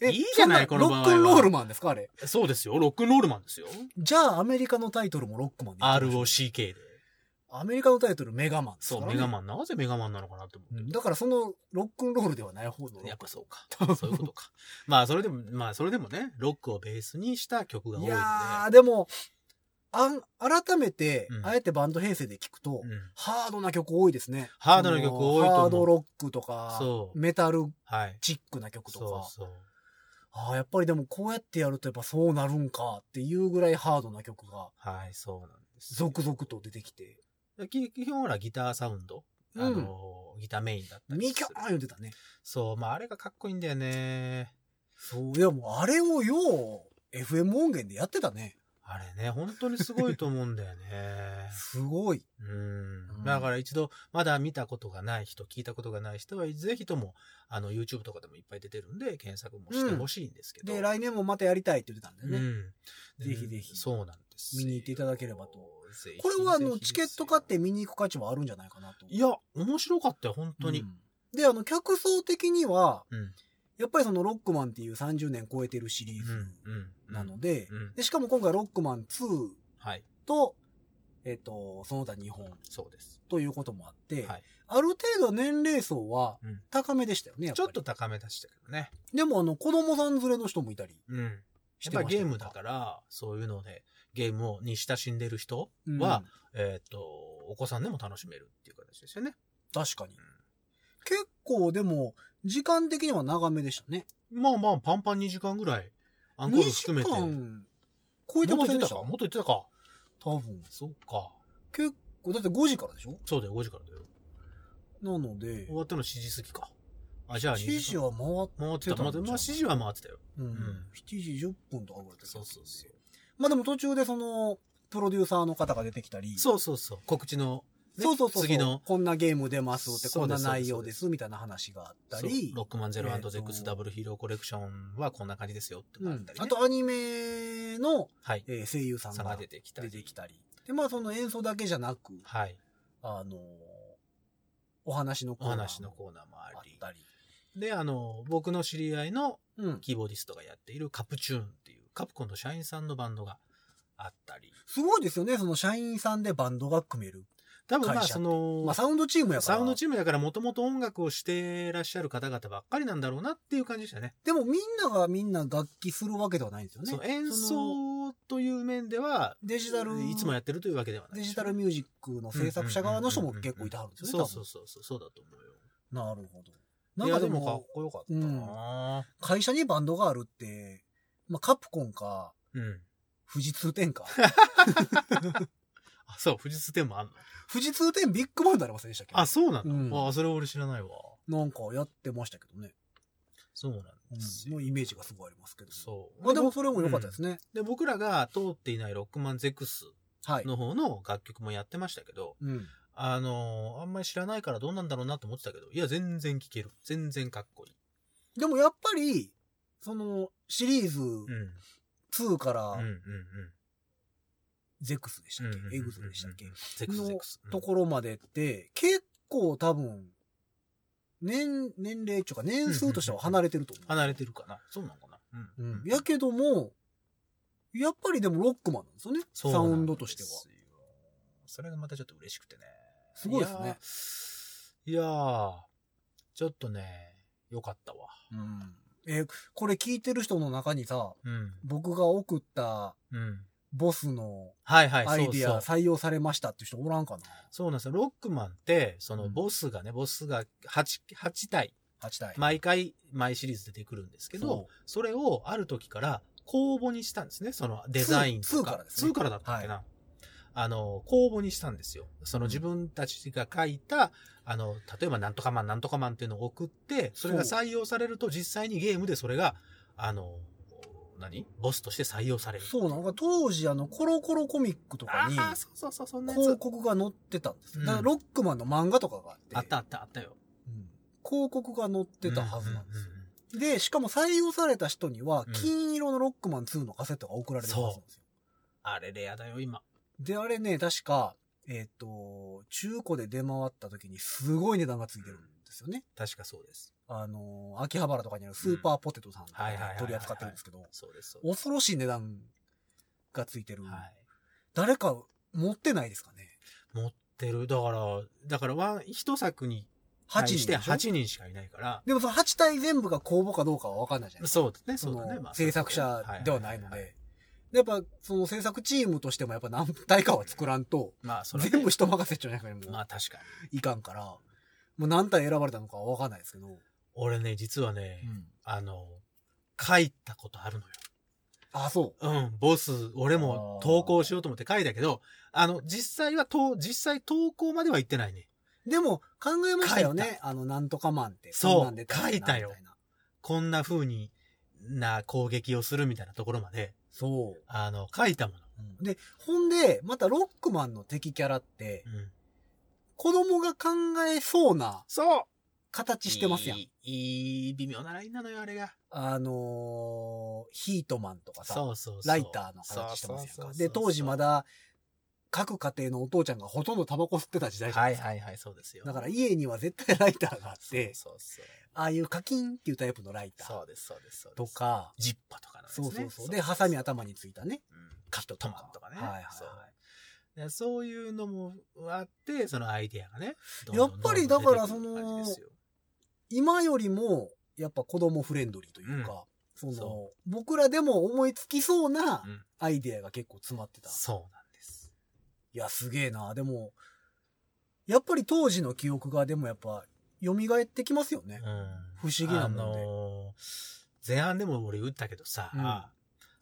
[SPEAKER 2] え
[SPEAKER 3] いいじゃない
[SPEAKER 2] そん
[SPEAKER 3] この場合は
[SPEAKER 2] ロックンロールマンですかあれ。
[SPEAKER 3] そうですよ。ロックンロールマンですよ。
[SPEAKER 2] じゃあアメリカのタイトルもロックマンでいきましょう。
[SPEAKER 3] ROCK で。
[SPEAKER 2] アメリカのタイトルメガマンです
[SPEAKER 3] そ
[SPEAKER 2] から、ね。
[SPEAKER 3] う、メガマン。なぜメガマンなのかなって思
[SPEAKER 2] う
[SPEAKER 3] っ
[SPEAKER 2] ん
[SPEAKER 3] て。
[SPEAKER 2] だからそのロックンロールではない方のロッ
[SPEAKER 3] やっ
[SPEAKER 2] ク
[SPEAKER 3] ぱそうか。そういうことか。 まあ、それでも、まあ、それでもね、ロックをベースにした曲が多い
[SPEAKER 2] い
[SPEAKER 3] ので。
[SPEAKER 2] やー、でも、あん、改めて、
[SPEAKER 3] うん
[SPEAKER 2] あえてバンド編成で聞くと、
[SPEAKER 3] うん
[SPEAKER 2] ハードな曲多いですね。
[SPEAKER 3] ハードな曲多
[SPEAKER 2] そ
[SPEAKER 3] いと思う
[SPEAKER 2] のハードロックとか
[SPEAKER 3] そ、う
[SPEAKER 2] メタル
[SPEAKER 3] はい。
[SPEAKER 2] チックな曲とか。
[SPEAKER 3] そうそう。
[SPEAKER 2] ああ、やっぱりでもこうやってやるとやっぱそうなるんかっていうぐらいハードな曲が
[SPEAKER 3] はい、そうなんです。
[SPEAKER 2] 続々と出てきて、
[SPEAKER 3] 基基本ほらギターサウンド。
[SPEAKER 2] うん
[SPEAKER 3] あの、ギターメインだったり
[SPEAKER 2] ミ
[SPEAKER 3] す
[SPEAKER 2] キャ
[SPEAKER 3] る
[SPEAKER 2] ー。言ってたね。
[SPEAKER 3] そう、まあ、あれがかっこいいんだよね。
[SPEAKER 2] そう、いやもうあれをよう FM 音源でやってたね。。
[SPEAKER 3] あれね、本当にすごいと思うんだよね
[SPEAKER 2] すごい。
[SPEAKER 3] うん。だから一度、まだ見たことがない人、聞いたことがない人は、ぜひとも、あの、YouTube とかでもいっぱい出てるんで、検索もしてほしいんですけど。
[SPEAKER 2] で、来年もまたやりたいって言ってたんだよね。
[SPEAKER 3] うん。
[SPEAKER 2] ぜひぜひ
[SPEAKER 3] そうなんです。
[SPEAKER 2] 見に行っていただければと。
[SPEAKER 3] ぜひ
[SPEAKER 2] これはあの、
[SPEAKER 3] ぜひ
[SPEAKER 2] チケット買って見に行く価値はあるんじゃないかなと。
[SPEAKER 3] いや、面白かったよ、本当に
[SPEAKER 2] う。んで、あの、客層的には、
[SPEAKER 3] うん。
[SPEAKER 2] やっぱりそのロックマンっていう30年超えてるシリー
[SPEAKER 3] う
[SPEAKER 2] ズ
[SPEAKER 3] ん。うん。
[SPEAKER 2] なので、
[SPEAKER 3] うん。
[SPEAKER 2] で、しかも今回ロックマン2
[SPEAKER 3] はい。
[SPEAKER 2] と、えっ、と、その他2本
[SPEAKER 3] そうです。
[SPEAKER 2] ということもあって、
[SPEAKER 3] はい
[SPEAKER 2] ある程度年齢層は
[SPEAKER 3] うん
[SPEAKER 2] 高めでしたよね、や
[SPEAKER 3] ち
[SPEAKER 2] ぱ
[SPEAKER 3] ょ
[SPEAKER 2] り
[SPEAKER 3] っと、高め出したけどね。
[SPEAKER 2] でもあの、子供さん連れの人もいたり
[SPEAKER 3] うん。
[SPEAKER 2] し
[SPEAKER 3] やって
[SPEAKER 2] ま
[SPEAKER 3] ぱ
[SPEAKER 2] した
[SPEAKER 3] ゲームだから、そういうので、ゲームをに親しんでる人
[SPEAKER 2] うん
[SPEAKER 3] は、えーっ、と、お子さんでも楽しめるっていう形ですよね。
[SPEAKER 2] 確かに。結構でも、時間的には長めでしたね。
[SPEAKER 3] まあまあ、パンパン2時間ぐらい、アンコール含めて。
[SPEAKER 2] 2時
[SPEAKER 3] も
[SPEAKER 2] 間超え
[SPEAKER 3] ってと
[SPEAKER 2] ませ
[SPEAKER 3] 言
[SPEAKER 2] ん
[SPEAKER 3] っ
[SPEAKER 2] でした
[SPEAKER 3] て
[SPEAKER 2] た
[SPEAKER 3] かもっと言ってたか。
[SPEAKER 2] 多分。
[SPEAKER 3] そうか。
[SPEAKER 2] 結構、だって5時からでしょ
[SPEAKER 3] そうだよ、5時からだよ。
[SPEAKER 2] なので
[SPEAKER 3] 終、わったの7時過ぎか。あ、じゃあ2
[SPEAKER 2] 7
[SPEAKER 3] 時
[SPEAKER 2] 時
[SPEAKER 3] 間。
[SPEAKER 2] は回っ
[SPEAKER 3] 回ってた。
[SPEAKER 2] 回
[SPEAKER 3] ま
[SPEAKER 2] ってたん
[SPEAKER 3] だ、
[SPEAKER 2] じゃん
[SPEAKER 3] まあ、7時は回ってたよ。
[SPEAKER 2] うん
[SPEAKER 3] ん
[SPEAKER 2] 7時10分とかぐらいだった気
[SPEAKER 3] そ
[SPEAKER 2] が
[SPEAKER 3] う
[SPEAKER 2] す
[SPEAKER 3] そ
[SPEAKER 2] る
[SPEAKER 3] うん
[SPEAKER 2] です
[SPEAKER 3] そ
[SPEAKER 2] よ
[SPEAKER 3] う。
[SPEAKER 2] まあでも途中でその、プロデューサーの方が出てきたり、
[SPEAKER 3] そうそうそう。告知の、ね
[SPEAKER 2] そうそうそうそう
[SPEAKER 3] 次の、
[SPEAKER 2] こんなゲーム出ますって、
[SPEAKER 3] そ
[SPEAKER 2] こ
[SPEAKER 3] うんで
[SPEAKER 2] な
[SPEAKER 3] す
[SPEAKER 2] 内容で
[SPEAKER 3] そ
[SPEAKER 2] す、みたいな話があった
[SPEAKER 3] そう
[SPEAKER 2] り、
[SPEAKER 3] ロックマンゼロゼック
[SPEAKER 2] えー
[SPEAKER 3] ス
[SPEAKER 2] と
[SPEAKER 3] ダブルヒーローコレクションはこんな感じですよって
[SPEAKER 2] う
[SPEAKER 3] のがあっ
[SPEAKER 2] ん
[SPEAKER 3] たり、ね
[SPEAKER 2] あとアニメの、
[SPEAKER 3] はい。
[SPEAKER 2] えー声優さん
[SPEAKER 3] さん
[SPEAKER 2] が
[SPEAKER 3] が
[SPEAKER 2] 出
[SPEAKER 3] 出
[SPEAKER 2] て
[SPEAKER 3] てき
[SPEAKER 2] きた
[SPEAKER 3] た
[SPEAKER 2] り。
[SPEAKER 3] り。
[SPEAKER 2] で、まあその演奏だけじゃなく、
[SPEAKER 3] はい。
[SPEAKER 2] あのーお話のコ
[SPEAKER 3] お
[SPEAKER 2] ーナーも
[SPEAKER 3] 話のコーナーもあ
[SPEAKER 2] あっ
[SPEAKER 3] り。
[SPEAKER 2] たり。
[SPEAKER 3] で、あの、僕の知り合いの
[SPEAKER 2] うん。
[SPEAKER 3] キーボーディストがやっているカプチューンっていう、カプコンの社員さんのバンドがあったり。
[SPEAKER 2] すごいですよね、その社員さんでバンドが組める。
[SPEAKER 3] 多分まあ
[SPEAKER 2] 会社
[SPEAKER 3] その、
[SPEAKER 2] まあサウンドチームやから。
[SPEAKER 3] サウンドチームだからもともと音楽をしてらっしゃる方々ばっかりなんだろうなっていう感じでしたね。
[SPEAKER 2] でもみんながみんな楽器するわけではないんですよね。
[SPEAKER 3] その演
[SPEAKER 2] その
[SPEAKER 3] 奏という面では、
[SPEAKER 2] デジタル、
[SPEAKER 3] いつもやってるというわけではない。
[SPEAKER 2] デジタルミュージックの制作者側の人も結構いてはるんですよ
[SPEAKER 3] そ
[SPEAKER 2] ね。
[SPEAKER 3] うそうそうそう、そうだと思うよ。
[SPEAKER 2] 多分なるほど。
[SPEAKER 3] な
[SPEAKER 2] なんか
[SPEAKER 3] んか
[SPEAKER 2] でも
[SPEAKER 3] でもかっこよかったな
[SPEAKER 2] 会社にバンドがあるって、まあ、カプコンか、
[SPEAKER 3] うん。
[SPEAKER 2] 富士通 店か。
[SPEAKER 3] あ、そう、富士通店もあんの
[SPEAKER 2] 富士通店ビッグバンドありませんでしたっけ
[SPEAKER 3] あ、そうな
[SPEAKER 2] うん
[SPEAKER 3] のあ、それ俺知らないわ。
[SPEAKER 2] なんかやってましたけどね。
[SPEAKER 3] そうなん
[SPEAKER 2] う
[SPEAKER 3] です
[SPEAKER 2] ん、
[SPEAKER 3] よ。
[SPEAKER 2] のイメージがすごいありますけど。
[SPEAKER 3] そう。
[SPEAKER 2] まあでもそれも良かったですね。
[SPEAKER 3] で、僕らが通っていないロックマンゼックス
[SPEAKER 2] はい。
[SPEAKER 3] の方の楽曲もやってましたけど、
[SPEAKER 2] うん。
[SPEAKER 3] あのーあんまり知らないからどうなんだろうなと思ってたけど、いや、全然聴ける。全然かっこいい。
[SPEAKER 2] でもやっぱり、その、シリーズ
[SPEAKER 3] ん。
[SPEAKER 2] 2から
[SPEAKER 3] うんうんうん。
[SPEAKER 2] ゼクスでしたっけ、
[SPEAKER 3] うんうんうんうん
[SPEAKER 2] エグゼでしたっけ、
[SPEAKER 3] ゼクスゼクス。
[SPEAKER 2] ところまでって、結構多分、年、年齢というか年数としては離れてると思う。
[SPEAKER 3] 離れてるかな。そうなのかな。う
[SPEAKER 2] うんやけども、やっぱりでもロックマンなんですよね。サ
[SPEAKER 3] そうなんです
[SPEAKER 2] ウ
[SPEAKER 3] よ
[SPEAKER 2] ンドとしては。
[SPEAKER 3] それがまたちょっと嬉しくてね。
[SPEAKER 2] すごいですね
[SPEAKER 3] いやー。いやーちょっとね、よかったわ。
[SPEAKER 2] うん。えーこれ聞いてる人の中にさ、
[SPEAKER 3] うん。
[SPEAKER 2] 僕が送った
[SPEAKER 3] うん。
[SPEAKER 2] ボスの
[SPEAKER 3] はいはい、
[SPEAKER 2] アイディ
[SPEAKER 3] そうそ
[SPEAKER 2] ア
[SPEAKER 3] う。
[SPEAKER 2] 採用されましたっていう人おらんかな
[SPEAKER 3] そうなんですよ。ロックマンって、そうの
[SPEAKER 2] ん
[SPEAKER 3] ボスがね、ボスが8、八体、
[SPEAKER 2] ?8 体。
[SPEAKER 3] 毎回、毎シリーズ出てくるんですけど、それをある時から公募にしたんですね。そのデザインとか。
[SPEAKER 2] ツーツーからですね
[SPEAKER 3] ツーからだったっけな。あの、公募にしたんですよ。その自分たちが書いた、あの、例えばなんとかマンなんとかマンっていうのを送って、それが採用されると実際にゲームでそれが、あの、何ボスとして採用される。
[SPEAKER 2] そうなのか、当時あの、コロコロコミックとか
[SPEAKER 3] あ
[SPEAKER 2] に、
[SPEAKER 3] あ、そうそうそう、そんなや
[SPEAKER 2] 広
[SPEAKER 3] つ。
[SPEAKER 2] 告が載ってたんですよ。だか
[SPEAKER 3] う
[SPEAKER 2] ら
[SPEAKER 3] ん
[SPEAKER 2] ロックマンの漫画とかがあって。
[SPEAKER 3] あったあったあったよ。
[SPEAKER 2] うん広告が載ってたはずなんですよ
[SPEAKER 3] うううんうん
[SPEAKER 2] で、しかも採用された人には
[SPEAKER 3] うん、
[SPEAKER 2] 金色のロックマン2のカセットが送られてるはずなんですよ。
[SPEAKER 3] あれレアだよ、今。
[SPEAKER 2] で、あれね、確か、えっ、と、中古で出回った時にすごい値段がついてるんですよね。
[SPEAKER 3] 確かそうです。
[SPEAKER 2] あの、秋葉原とかにあるスーパーポテトさん
[SPEAKER 3] はいはいはいはい
[SPEAKER 2] 取り扱ってるんですけど、
[SPEAKER 3] そうです、そうで
[SPEAKER 2] 恐ろしい値段がついてる。
[SPEAKER 3] す。はい。
[SPEAKER 2] 誰か持ってないですかね
[SPEAKER 3] 持ってる。だから、だからワン、一作に
[SPEAKER 2] ?8
[SPEAKER 3] 対
[SPEAKER 2] 人
[SPEAKER 3] し
[SPEAKER 2] でしてょ。
[SPEAKER 3] 8人しかいないから、
[SPEAKER 2] でもその8体全部が公募かどうかは分かんないじゃないですか
[SPEAKER 3] そうですね、
[SPEAKER 2] そ
[SPEAKER 3] そうだね。
[SPEAKER 2] の制作者ではないの
[SPEAKER 3] ははは
[SPEAKER 2] で。やっぱ、その制作チームとしてもやっぱ何体かは作らん と、
[SPEAKER 3] まあ、それはね
[SPEAKER 2] 全部人任せっちゃなくても
[SPEAKER 3] まあ、確かに。
[SPEAKER 2] いかんから、もう何体選ばれたのかはわかんないですけど。
[SPEAKER 3] 俺ね、実はね、あの、書いたことあるのよ。
[SPEAKER 2] あ、そう。
[SPEAKER 3] うん、ボス、俺も投稿しようと思って書いたけど、あの、実際はと、実際投稿までは行ってないね。
[SPEAKER 2] でも、考えましたよね。あの、なんとかマンって。
[SPEAKER 3] そう
[SPEAKER 2] こんなんでな
[SPEAKER 3] 書いたよ
[SPEAKER 2] みな
[SPEAKER 3] こんな風にな攻撃をするみたいなところまで、
[SPEAKER 2] そ
[SPEAKER 3] あの、書いたもの。
[SPEAKER 2] う、うんで、ほんで、またロックマンの敵キャラって
[SPEAKER 3] う、ん。
[SPEAKER 2] 子供が考えそうな
[SPEAKER 3] そう
[SPEAKER 2] 形してますやん。
[SPEAKER 3] いい、いい微妙なラインなのよ、あれが。
[SPEAKER 2] あのーヒートマンとかさ。
[SPEAKER 3] そうそうそう。
[SPEAKER 2] ライターの形してます
[SPEAKER 3] そうそ
[SPEAKER 2] やん
[SPEAKER 3] うそう
[SPEAKER 2] か。
[SPEAKER 3] そう
[SPEAKER 2] で、当時ま。だ、各家庭のお父ちゃんがほとんどタバコ吸ってた時代じゃな
[SPEAKER 3] はい
[SPEAKER 2] で
[SPEAKER 3] い
[SPEAKER 2] すか。
[SPEAKER 3] はいはい、そうですよ。、
[SPEAKER 2] だからら家には絶対ライターがあって、
[SPEAKER 3] そうそう
[SPEAKER 2] ああいうカキンっていうタイプのライタ
[SPEAKER 3] そう。
[SPEAKER 2] ー
[SPEAKER 3] そうです、そうです、そうです。
[SPEAKER 2] と、か、
[SPEAKER 3] ジッパとかなんです
[SPEAKER 2] そ
[SPEAKER 3] ね。
[SPEAKER 2] うそうそう。で、ハサミ。頭についたね、
[SPEAKER 3] うん
[SPEAKER 2] カット
[SPEAKER 3] トマンとかね。
[SPEAKER 2] はいはいはい
[SPEAKER 3] そう。でそういうのもあって、そのアイディアがね。
[SPEAKER 2] やっぱりだからその
[SPEAKER 3] どんどんどんどん出てくる感じですよ
[SPEAKER 2] 今よりも、やっぱ子供フレンドリーというか、その
[SPEAKER 3] そ
[SPEAKER 2] 僕らでも思いつきそうな
[SPEAKER 3] うん
[SPEAKER 2] アイデアが結構詰まってた。
[SPEAKER 3] そうなんです。
[SPEAKER 2] いや、すげえな。でも、やっぱり当時の記憶がでもやっぱ、蘇ってきますよね
[SPEAKER 3] う。ん。
[SPEAKER 2] 不思議なもんで
[SPEAKER 3] あのー前半でも俺打ったけどさ、
[SPEAKER 2] うん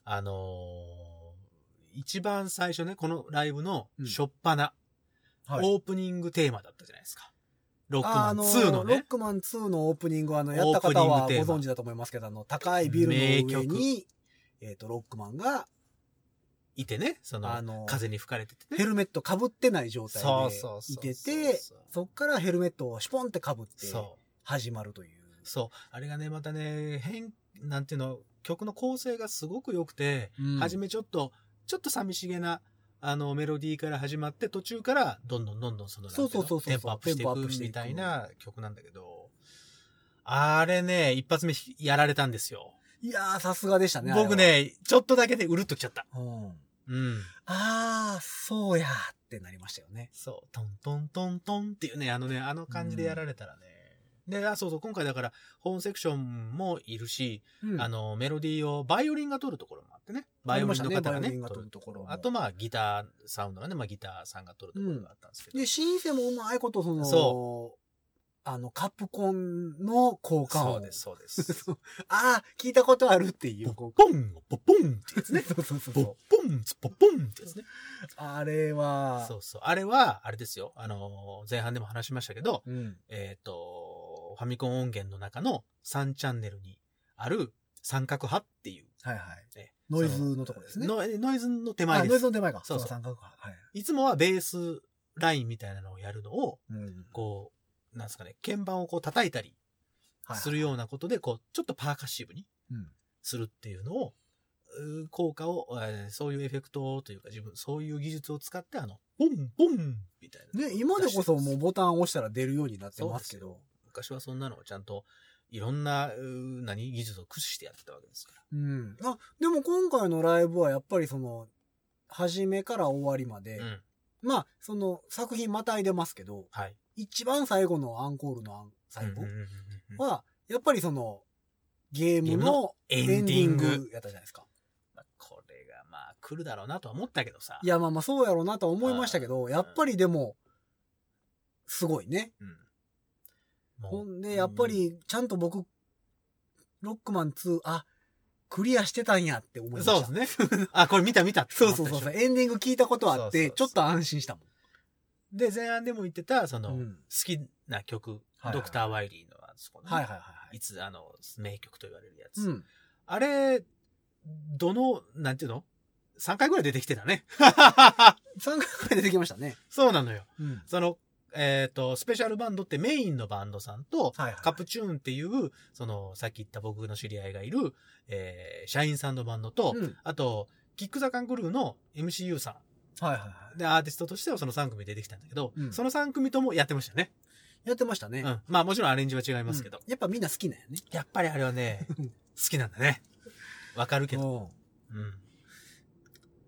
[SPEAKER 3] あのー一番最初ね、このライブの
[SPEAKER 2] うん
[SPEAKER 3] 初っ端、な
[SPEAKER 2] はい
[SPEAKER 3] オープニングテーマだったじゃないですか。ロックマ
[SPEAKER 2] あ
[SPEAKER 3] ン
[SPEAKER 2] の
[SPEAKER 3] 2の
[SPEAKER 2] ロッ
[SPEAKER 3] ね。
[SPEAKER 2] クマン2のオープニングは、あの、やった方は
[SPEAKER 3] オー
[SPEAKER 2] ご
[SPEAKER 3] プニングテーマ
[SPEAKER 2] 存知だと思いますけど、あの、高いビルの上
[SPEAKER 3] 名
[SPEAKER 2] に
[SPEAKER 3] 曲、
[SPEAKER 2] えっ、と、ロックマンが、
[SPEAKER 3] いてね、その、
[SPEAKER 2] あの
[SPEAKER 3] 風に吹かれてて
[SPEAKER 2] ヘ
[SPEAKER 3] ね。
[SPEAKER 2] ルメット被ってない状態
[SPEAKER 3] そうそうそう
[SPEAKER 2] でいてて、そっからヘルメットをシュポンって被って、
[SPEAKER 3] そう。
[SPEAKER 2] 始まるという。
[SPEAKER 3] そう。あれがね、またね、変、なんていうの、曲の構成がすごく良くて、
[SPEAKER 2] うん
[SPEAKER 3] はじめちょっと、ちょっと寂しげな、あの、メロディーから始まって、途中から、どんどんどんどんその、なんていの
[SPEAKER 2] そうそうそうそう
[SPEAKER 3] テンポアップして
[SPEAKER 2] テン
[SPEAKER 3] い
[SPEAKER 2] ポアップし
[SPEAKER 3] く
[SPEAKER 2] ていく
[SPEAKER 3] みたいな曲なんだけど、あれね、一発目ひやられたんですよ。
[SPEAKER 2] いやー、さすがでしたね。
[SPEAKER 3] 僕ね、ちょっとだけでうるっときちゃった。
[SPEAKER 2] あれは。うん。
[SPEAKER 3] うん。
[SPEAKER 2] あー、そうやーってなりましたよね。
[SPEAKER 3] そう、トントントントンっていうね、あのね、あの感じでやられたらね。で、あ、そうそう、今回だから、ホーンセクションもいるし、
[SPEAKER 2] うん
[SPEAKER 3] あ、の、メロディーをバイオリンが取るところもあってね。バイオリンの方が
[SPEAKER 2] ありましたねバイオ
[SPEAKER 3] ね、
[SPEAKER 2] リンが取
[SPEAKER 3] 取
[SPEAKER 2] る
[SPEAKER 3] る
[SPEAKER 2] ところも
[SPEAKER 3] あと、まあ、ギターサウンドがね、まあ、ギターさんが取るところがあったんですけど。
[SPEAKER 2] で、シンセもうまいこと、その、
[SPEAKER 3] そ
[SPEAKER 2] あの、カプコンの効果音。
[SPEAKER 3] そうです、そう です。
[SPEAKER 2] あー、聞いたことあるっていう効
[SPEAKER 3] ポッ
[SPEAKER 2] 果
[SPEAKER 3] ポン、ポッポンってやつね。
[SPEAKER 2] そうそうそう
[SPEAKER 3] ポッ
[SPEAKER 2] そ
[SPEAKER 3] ポン、ポッポンってやつね。
[SPEAKER 2] う。あれは、
[SPEAKER 3] そうそう。あれは、あれですよ。あのー、前半でも話しましたけど、
[SPEAKER 2] うん。
[SPEAKER 3] えっ、と、ファミコン音源の中の3チャンネルにある三角派っていう、
[SPEAKER 2] はいはい。
[SPEAKER 3] ね
[SPEAKER 2] ノイズのとこですね。
[SPEAKER 3] ノイノイズの手
[SPEAKER 2] あ
[SPEAKER 3] 前
[SPEAKER 2] ノイ
[SPEAKER 3] で
[SPEAKER 2] ズ
[SPEAKER 3] す。
[SPEAKER 2] の手前か。
[SPEAKER 3] そうそう
[SPEAKER 2] 三角が。はい。
[SPEAKER 3] いつもはベースラインみたいなのをやるのを、
[SPEAKER 2] うん。
[SPEAKER 3] こう、なんですかね、鍵盤をこう叩いたりするようなことで、こう、ちょっとパーカッシブに
[SPEAKER 2] うん
[SPEAKER 3] するっていうのを、うー効果を、えーそういうエフェクトというか自分、そういう技術を使って、あの、ボン、ボンみたいな。
[SPEAKER 2] ね、今でこそもう、ボタンを押したら出るようになってますけど。
[SPEAKER 3] 昔はそんなのをちゃんと、いろんな、うー何、技術を駆使してやってたわけですから。
[SPEAKER 2] うん。あ、でも今回のライブはやっぱりその、初めから終わりまで、
[SPEAKER 3] うん。
[SPEAKER 2] まあ、その作品またいでますけど、
[SPEAKER 3] はい。
[SPEAKER 2] 一番最後のアンコールのアン最後
[SPEAKER 3] うんうんうんうんうん
[SPEAKER 2] は、やっぱりその、ゲーム
[SPEAKER 3] ゲーム
[SPEAKER 2] の
[SPEAKER 3] の
[SPEAKER 2] エ
[SPEAKER 3] エ
[SPEAKER 2] ン
[SPEAKER 3] ン
[SPEAKER 2] デ
[SPEAKER 3] デ
[SPEAKER 2] ィ
[SPEAKER 3] ィ
[SPEAKER 2] ン
[SPEAKER 3] ング。
[SPEAKER 2] グやったじゃないですか。
[SPEAKER 3] まあこれが、まあ、来るだろうなとは思ったけどさ。
[SPEAKER 2] いや、まあまあそうやろうなとは思いましたけど、
[SPEAKER 3] あー
[SPEAKER 2] やっぱりでも、すごいね。
[SPEAKER 3] うん。もう
[SPEAKER 2] ほんで、やっぱ、り、ちゃんと僕、ロックマン2、あ、クリアしてたんやって思いました。
[SPEAKER 3] そうです ね。あ、これ見た見たって
[SPEAKER 2] そう
[SPEAKER 3] 思った
[SPEAKER 2] そ
[SPEAKER 3] で
[SPEAKER 2] う
[SPEAKER 3] しょ
[SPEAKER 2] そうそう。エンディング聞いたことあっ
[SPEAKER 3] そうそう
[SPEAKER 2] て、
[SPEAKER 3] そう
[SPEAKER 2] ちょっと安心したもん。
[SPEAKER 3] で、前半でも言ってた、その、
[SPEAKER 2] うん
[SPEAKER 3] 好きな曲、
[SPEAKER 2] はい
[SPEAKER 3] ドクター・ワイリーのあそこの、
[SPEAKER 2] はいはいはい
[SPEAKER 3] い、つ、あの、名曲と言われるや
[SPEAKER 2] はい。
[SPEAKER 3] つ。
[SPEAKER 2] うん。
[SPEAKER 3] あれ、どの、なんていうの ?3 回ぐらい出てきてたね。
[SPEAKER 2] 3回くらい出てきましたね。
[SPEAKER 3] そうなのよ。
[SPEAKER 2] うん。
[SPEAKER 3] その、えっ、と、スペシャルバンドってメインのバンドさんと、
[SPEAKER 2] はいはい
[SPEAKER 3] カプチューンっていう、その、さっき言った僕の知り合いがいる、えー社員さんのバンドと、
[SPEAKER 2] うん
[SPEAKER 3] あと、キック・ザ・カンクルーの MCU さ
[SPEAKER 2] はいはいはい。
[SPEAKER 3] ん。で、アーティストとしてはその3組出てきたんだけど、
[SPEAKER 2] うん
[SPEAKER 3] その3組ともやってましたね。
[SPEAKER 2] やってましたね。
[SPEAKER 3] うん。まあもちろんアレンジは違いますけど。
[SPEAKER 2] うんやっぱみんな好きなんやね。
[SPEAKER 3] やっぱりあれはね、 好きなんだね。わかるけど。
[SPEAKER 2] うん
[SPEAKER 3] うん。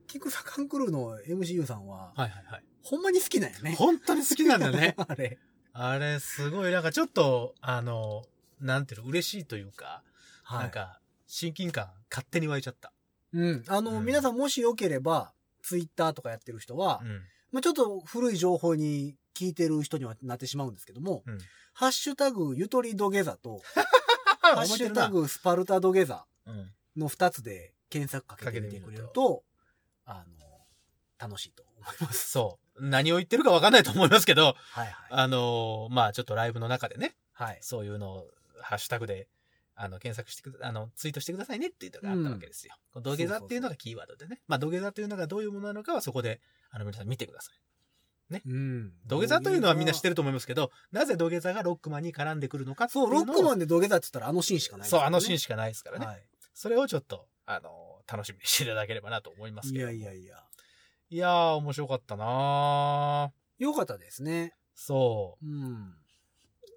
[SPEAKER 2] キクサカンクルーの MCU さんは、
[SPEAKER 3] はいはいはい。
[SPEAKER 2] ほんまに好きなんやね。。
[SPEAKER 3] 本当に好きなんだね
[SPEAKER 2] あれ。
[SPEAKER 3] あれ、すごい、なんかちょっと、あの、なんていうの、嬉しいというか、
[SPEAKER 2] はい。
[SPEAKER 3] なんか、親近感、勝手に湧いちゃった。
[SPEAKER 2] うん。あの、
[SPEAKER 3] うん
[SPEAKER 2] 皆さんもしよければ、ツイッターとかやってる人は、
[SPEAKER 3] うん。
[SPEAKER 2] まあちょっと古い情報に聞いてる人にはなってしまうんですけども、
[SPEAKER 3] うん
[SPEAKER 2] ハッシュタグゆとり土下座と、ハ
[SPEAKER 3] ハ
[SPEAKER 2] ッシュタグスパルタ土下座
[SPEAKER 3] うん。
[SPEAKER 2] の2つで検索かけてみてくれると、あの、楽しいと思います。
[SPEAKER 3] そう。何を言ってるかわかんないと思いますけど、
[SPEAKER 2] はいはい。
[SPEAKER 3] あの、まあちょっとライブの中でね、
[SPEAKER 2] はい。
[SPEAKER 3] そういうのを、ハッシュタグで、あの、検索してくだ、あの、ツイートしてくださいねっていうのがあったわけですよ。この土下座っていうのがキーワードでね。まあ、土下座というのがどういうものなのかはそこで、あの、皆さん見てください。
[SPEAKER 2] うん。
[SPEAKER 3] 土下座というのはみんな知って
[SPEAKER 2] る。
[SPEAKER 3] ると思いますけど、なぜ土下座がロックマンに絡んでくるのかってい
[SPEAKER 2] そうう、
[SPEAKER 3] の
[SPEAKER 2] ロ
[SPEAKER 3] を
[SPEAKER 2] ックマンで土下座って言ったらあのシーンしかない、
[SPEAKER 3] そう、あのシーン
[SPEAKER 2] し
[SPEAKER 3] しかないですからね。
[SPEAKER 2] はい。
[SPEAKER 3] それをちょっと、あの、楽しみにしていただければなと思います
[SPEAKER 2] い
[SPEAKER 3] けど
[SPEAKER 2] や
[SPEAKER 3] も。
[SPEAKER 2] いやいや。
[SPEAKER 3] いやー、面白かったなー
[SPEAKER 2] よかったですね。
[SPEAKER 3] そ
[SPEAKER 2] うん。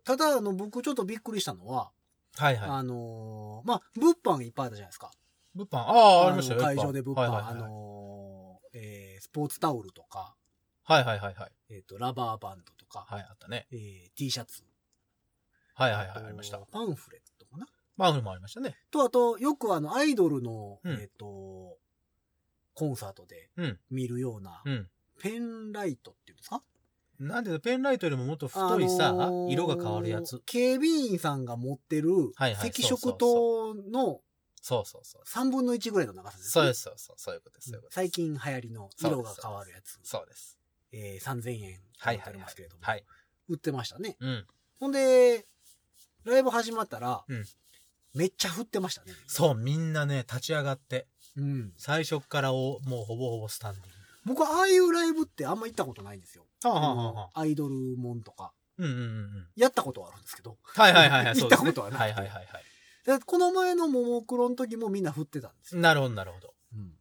[SPEAKER 2] ただ、あの、僕ちょっとびっくりしたのは、
[SPEAKER 3] う。はいはい。
[SPEAKER 2] あのーまあ、物販いっぱいあったじゃないですか。
[SPEAKER 3] 物販、ああ、あ
[SPEAKER 2] の
[SPEAKER 3] りましたよ。
[SPEAKER 2] 会場で物販、
[SPEAKER 3] はいはいは
[SPEAKER 2] あ
[SPEAKER 3] い
[SPEAKER 2] のーえースポーツタオルとか、
[SPEAKER 3] はいはいはいはい。
[SPEAKER 2] えっ、と、ラバーバンドとか、
[SPEAKER 3] はい、あったね。
[SPEAKER 2] えー T シャツ。
[SPEAKER 3] はいはいはい、ありました
[SPEAKER 2] と。パンフレットかな。
[SPEAKER 3] マグルもありましたね。
[SPEAKER 2] と、あと、よくあの、アイドルの、
[SPEAKER 3] うん
[SPEAKER 2] えっ、と、コンサートで
[SPEAKER 3] うん
[SPEAKER 2] 見るような、
[SPEAKER 3] うん。
[SPEAKER 2] ペンライトっていうんですか
[SPEAKER 3] なんでペンライトよりももっと太いさ、
[SPEAKER 2] あのー
[SPEAKER 3] 色が変わるやつ。
[SPEAKER 2] 警備員さんが持ってる
[SPEAKER 3] はいはい
[SPEAKER 2] 赤
[SPEAKER 3] そうそう
[SPEAKER 2] 色灯の
[SPEAKER 3] そうそうそう。
[SPEAKER 2] 3分の1ぐらいの長さです、ね。
[SPEAKER 3] そうです、そうそう、そういうことです。そういうことです
[SPEAKER 2] 最。近流行りの色が変わるやつ。
[SPEAKER 3] そうです。
[SPEAKER 2] えー、3000円。
[SPEAKER 3] は
[SPEAKER 2] あ
[SPEAKER 3] いはい
[SPEAKER 2] り
[SPEAKER 3] は
[SPEAKER 2] ま
[SPEAKER 3] い
[SPEAKER 2] すけれども。。
[SPEAKER 3] はい。
[SPEAKER 2] 売ってましたね。
[SPEAKER 3] うん。
[SPEAKER 2] ほんで、ライブ始まったら、
[SPEAKER 3] うん
[SPEAKER 2] めっちゃ振ってましたね。
[SPEAKER 3] そう、みんなね、立ち上がって、
[SPEAKER 2] うん。
[SPEAKER 3] 最初っからおもうほぼほぼスタンディング。
[SPEAKER 2] 僕、ああいうライブってあんま行ったことないんですよ。
[SPEAKER 3] はあ
[SPEAKER 2] あのアイドルもんとか。
[SPEAKER 3] うんうんうんうん。
[SPEAKER 2] やったことはあるんですけど。
[SPEAKER 3] はいはいはい はい。
[SPEAKER 2] 行
[SPEAKER 3] そ
[SPEAKER 2] っ
[SPEAKER 3] うで
[SPEAKER 2] た
[SPEAKER 3] す
[SPEAKER 2] こ
[SPEAKER 3] ね
[SPEAKER 2] とはなくて
[SPEAKER 3] はいはいはいは
[SPEAKER 2] でこの前のももクロの時もみんな振ってたんです
[SPEAKER 3] い。
[SPEAKER 2] よ。
[SPEAKER 3] なるほどなるほど。
[SPEAKER 2] うん。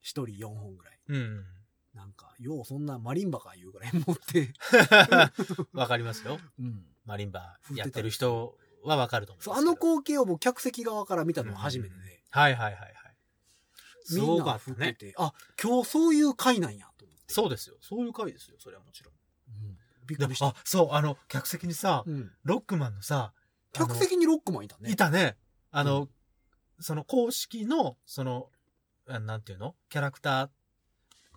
[SPEAKER 2] 一人4本ぐらい。
[SPEAKER 3] うん うん
[SPEAKER 2] なんか、ようそんなマリンバか言うぐらい持って。
[SPEAKER 3] うん。わかりますよ。
[SPEAKER 2] うん。
[SPEAKER 3] マリンバやってる人はわかると思い
[SPEAKER 2] そう、
[SPEAKER 3] ます
[SPEAKER 2] あ
[SPEAKER 3] けど。
[SPEAKER 2] の光景を僕客席側から見たのは初めてで。
[SPEAKER 3] はいはいはいはい。す
[SPEAKER 2] み
[SPEAKER 3] ご
[SPEAKER 2] ん
[SPEAKER 3] か
[SPEAKER 2] な
[SPEAKER 3] った
[SPEAKER 2] 振っ
[SPEAKER 3] ね
[SPEAKER 2] て。て、あ、今日そういう回なんや、と思って。
[SPEAKER 3] そうですよ。そういう回ですよ。それはもちろん。
[SPEAKER 2] うん。びっ
[SPEAKER 3] で
[SPEAKER 2] く
[SPEAKER 3] も
[SPEAKER 2] りした。
[SPEAKER 3] あ、そう、あの、客席にさ、
[SPEAKER 2] うん。
[SPEAKER 3] ロックマンのさ、あの
[SPEAKER 2] 客席にロックマンいたね。
[SPEAKER 3] い。たね。あの、
[SPEAKER 2] う
[SPEAKER 3] その公式の、その、あなんていうのキャラクター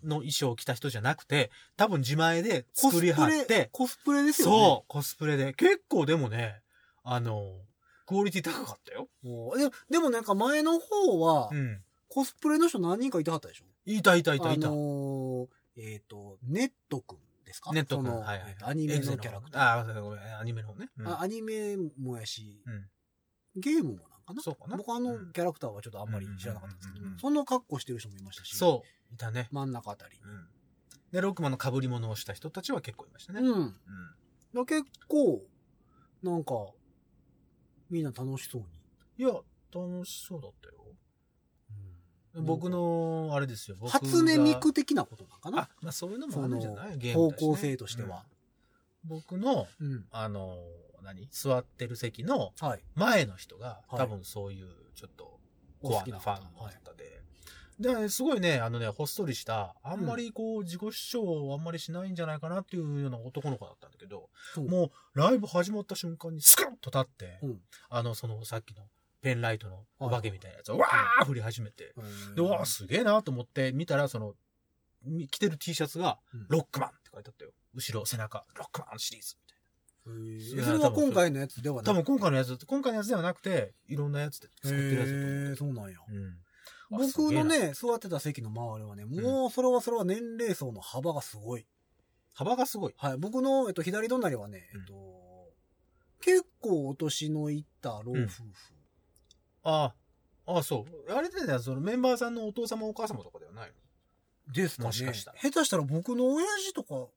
[SPEAKER 3] の衣装を着た人じゃなくて、多分自前で
[SPEAKER 2] コス
[SPEAKER 3] 作
[SPEAKER 2] プ
[SPEAKER 3] り
[SPEAKER 2] レ、
[SPEAKER 3] 張って、
[SPEAKER 2] コスプレですよね。
[SPEAKER 3] そう、コスプレで。結構でもね、あの、クオリティ高かったよ。
[SPEAKER 2] もう。ででもなんか前の方は
[SPEAKER 3] う、ん。
[SPEAKER 2] コスプレの人何人かいたかったでしょ
[SPEAKER 3] いたいたいた
[SPEAKER 2] あ
[SPEAKER 3] いた。
[SPEAKER 2] のー、えっ、と、ネットくんですか
[SPEAKER 3] ネット君、
[SPEAKER 2] その
[SPEAKER 3] はいは
[SPEAKER 2] え
[SPEAKER 3] い
[SPEAKER 2] っ。とアニメのキャラクター。
[SPEAKER 3] あーごめん、アニメの方ね。うん
[SPEAKER 2] あアニメもやし、
[SPEAKER 3] うん
[SPEAKER 2] ゲームもなんかな
[SPEAKER 3] そうかな
[SPEAKER 2] 僕あ
[SPEAKER 3] う
[SPEAKER 2] の
[SPEAKER 3] ん
[SPEAKER 2] キャラクターはちょっとあんまり知らなかったんですけ
[SPEAKER 3] うんうんうんうん
[SPEAKER 2] ど、その格好してる人もいましたし、
[SPEAKER 3] そう、いたね。
[SPEAKER 2] 真ん中あたり。
[SPEAKER 3] うん。で、ロックマンの被り物をした人たちは結構いましたね。うん。
[SPEAKER 2] うん。だ結構、なんか、みんな楽しそうに。
[SPEAKER 3] いや、楽しそうだったよ。僕の、あれですよ。僕が
[SPEAKER 2] 初音ミク的なことなんかな
[SPEAKER 3] あ、まあそういうのもあるんじゃないゲーム
[SPEAKER 2] 方
[SPEAKER 3] だしね
[SPEAKER 2] 向性としては。。
[SPEAKER 3] うん僕の、
[SPEAKER 2] うん。
[SPEAKER 3] あの、何座ってる席の
[SPEAKER 2] はい。
[SPEAKER 3] 前の人が、
[SPEAKER 2] はい
[SPEAKER 3] 多分そういう、ちょっと、コアなファンの
[SPEAKER 2] はい。
[SPEAKER 3] 方で。で、すごいね、あのね、ほっそりした、あんまりこう、自己主張をあんまりしないんじゃないかなっていうような男の子だったんだけど、
[SPEAKER 2] うん
[SPEAKER 3] もう、ライブ始まった瞬間にスクッと立って、
[SPEAKER 2] うん
[SPEAKER 3] あの、その、さっきの、ペンライトのお化けみたいなやつ
[SPEAKER 2] は
[SPEAKER 3] を、わ
[SPEAKER 2] いはい
[SPEAKER 3] ー振り始めて、で、わあ、すげえなと思って見たら、その、み着てる T シャツが
[SPEAKER 2] うん、
[SPEAKER 3] ロックマンって書いてあったよ。後ろ、背中、ロックマンシリーズみたい
[SPEAKER 2] それは今回のやつでは
[SPEAKER 3] 多
[SPEAKER 2] な
[SPEAKER 3] 分
[SPEAKER 2] い。
[SPEAKER 3] 今回のやつ、今回のやつではなくて、いろんなやつで作ってるやつだと思う。
[SPEAKER 2] へえ、そうなんや。
[SPEAKER 3] うん。あ
[SPEAKER 2] 僕の、
[SPEAKER 3] すげえな
[SPEAKER 2] ね、座ってた席の周りはね、もうそれはそれは年齢層の幅がすごい。
[SPEAKER 3] 幅がすごい。
[SPEAKER 2] はい。僕の、えっと、左隣はね、えっと、結構お年のいった老夫婦。
[SPEAKER 3] ああ、ああ、そう。あれだよね、そのメンバーさんのお父様お母様とかではないの
[SPEAKER 2] ですかね。
[SPEAKER 3] もしかしたら
[SPEAKER 2] 下手したら僕の親父とか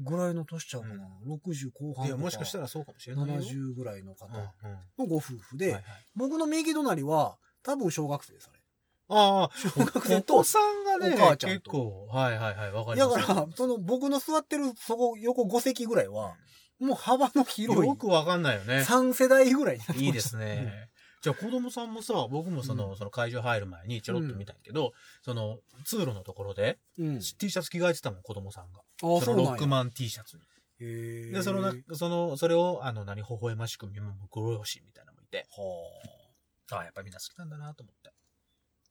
[SPEAKER 2] ぐらいの年ちゃうかな。60後
[SPEAKER 3] う
[SPEAKER 2] 半
[SPEAKER 3] ん。
[SPEAKER 2] と
[SPEAKER 3] いや、
[SPEAKER 2] か。
[SPEAKER 3] もしかしたらそうかもしれないよ。
[SPEAKER 2] 70ぐらいの方
[SPEAKER 3] うん。うん。は
[SPEAKER 2] のご夫婦
[SPEAKER 3] い
[SPEAKER 2] で、
[SPEAKER 3] はい
[SPEAKER 2] 僕の右隣は多分小学生です、あれ。
[SPEAKER 3] ああ、
[SPEAKER 2] 小学生
[SPEAKER 3] お
[SPEAKER 2] と
[SPEAKER 3] 子さんがね、
[SPEAKER 2] お母ちゃん
[SPEAKER 3] 結
[SPEAKER 2] と
[SPEAKER 3] 構、はいはいはい、わかり
[SPEAKER 2] だ
[SPEAKER 3] ます。
[SPEAKER 2] から、その僕の座ってるそこ横5席ぐらいは、もう幅の広い
[SPEAKER 3] よくわかんないよね。
[SPEAKER 2] 3世代ぐらいになってました
[SPEAKER 3] いいですね。じゃあ子供さんもさ、僕もその、
[SPEAKER 2] うん
[SPEAKER 3] その会場入る前にちょろっと見たんやけど、その通路のところで、
[SPEAKER 2] うん。あ
[SPEAKER 3] T シャツ着替えてたもん、子供さんが。
[SPEAKER 2] あ、
[SPEAKER 3] そ
[SPEAKER 2] そう
[SPEAKER 3] のロ
[SPEAKER 2] な
[SPEAKER 3] ック
[SPEAKER 2] んや。
[SPEAKER 3] マン T シャツに。
[SPEAKER 2] へー
[SPEAKER 3] で、その
[SPEAKER 2] は
[SPEAKER 3] な、その、それを、あの、何、微笑ましく見守るご両親みたいなのもいて、
[SPEAKER 2] あ。
[SPEAKER 3] ああ、やっぱみんな好きなんだなと思って。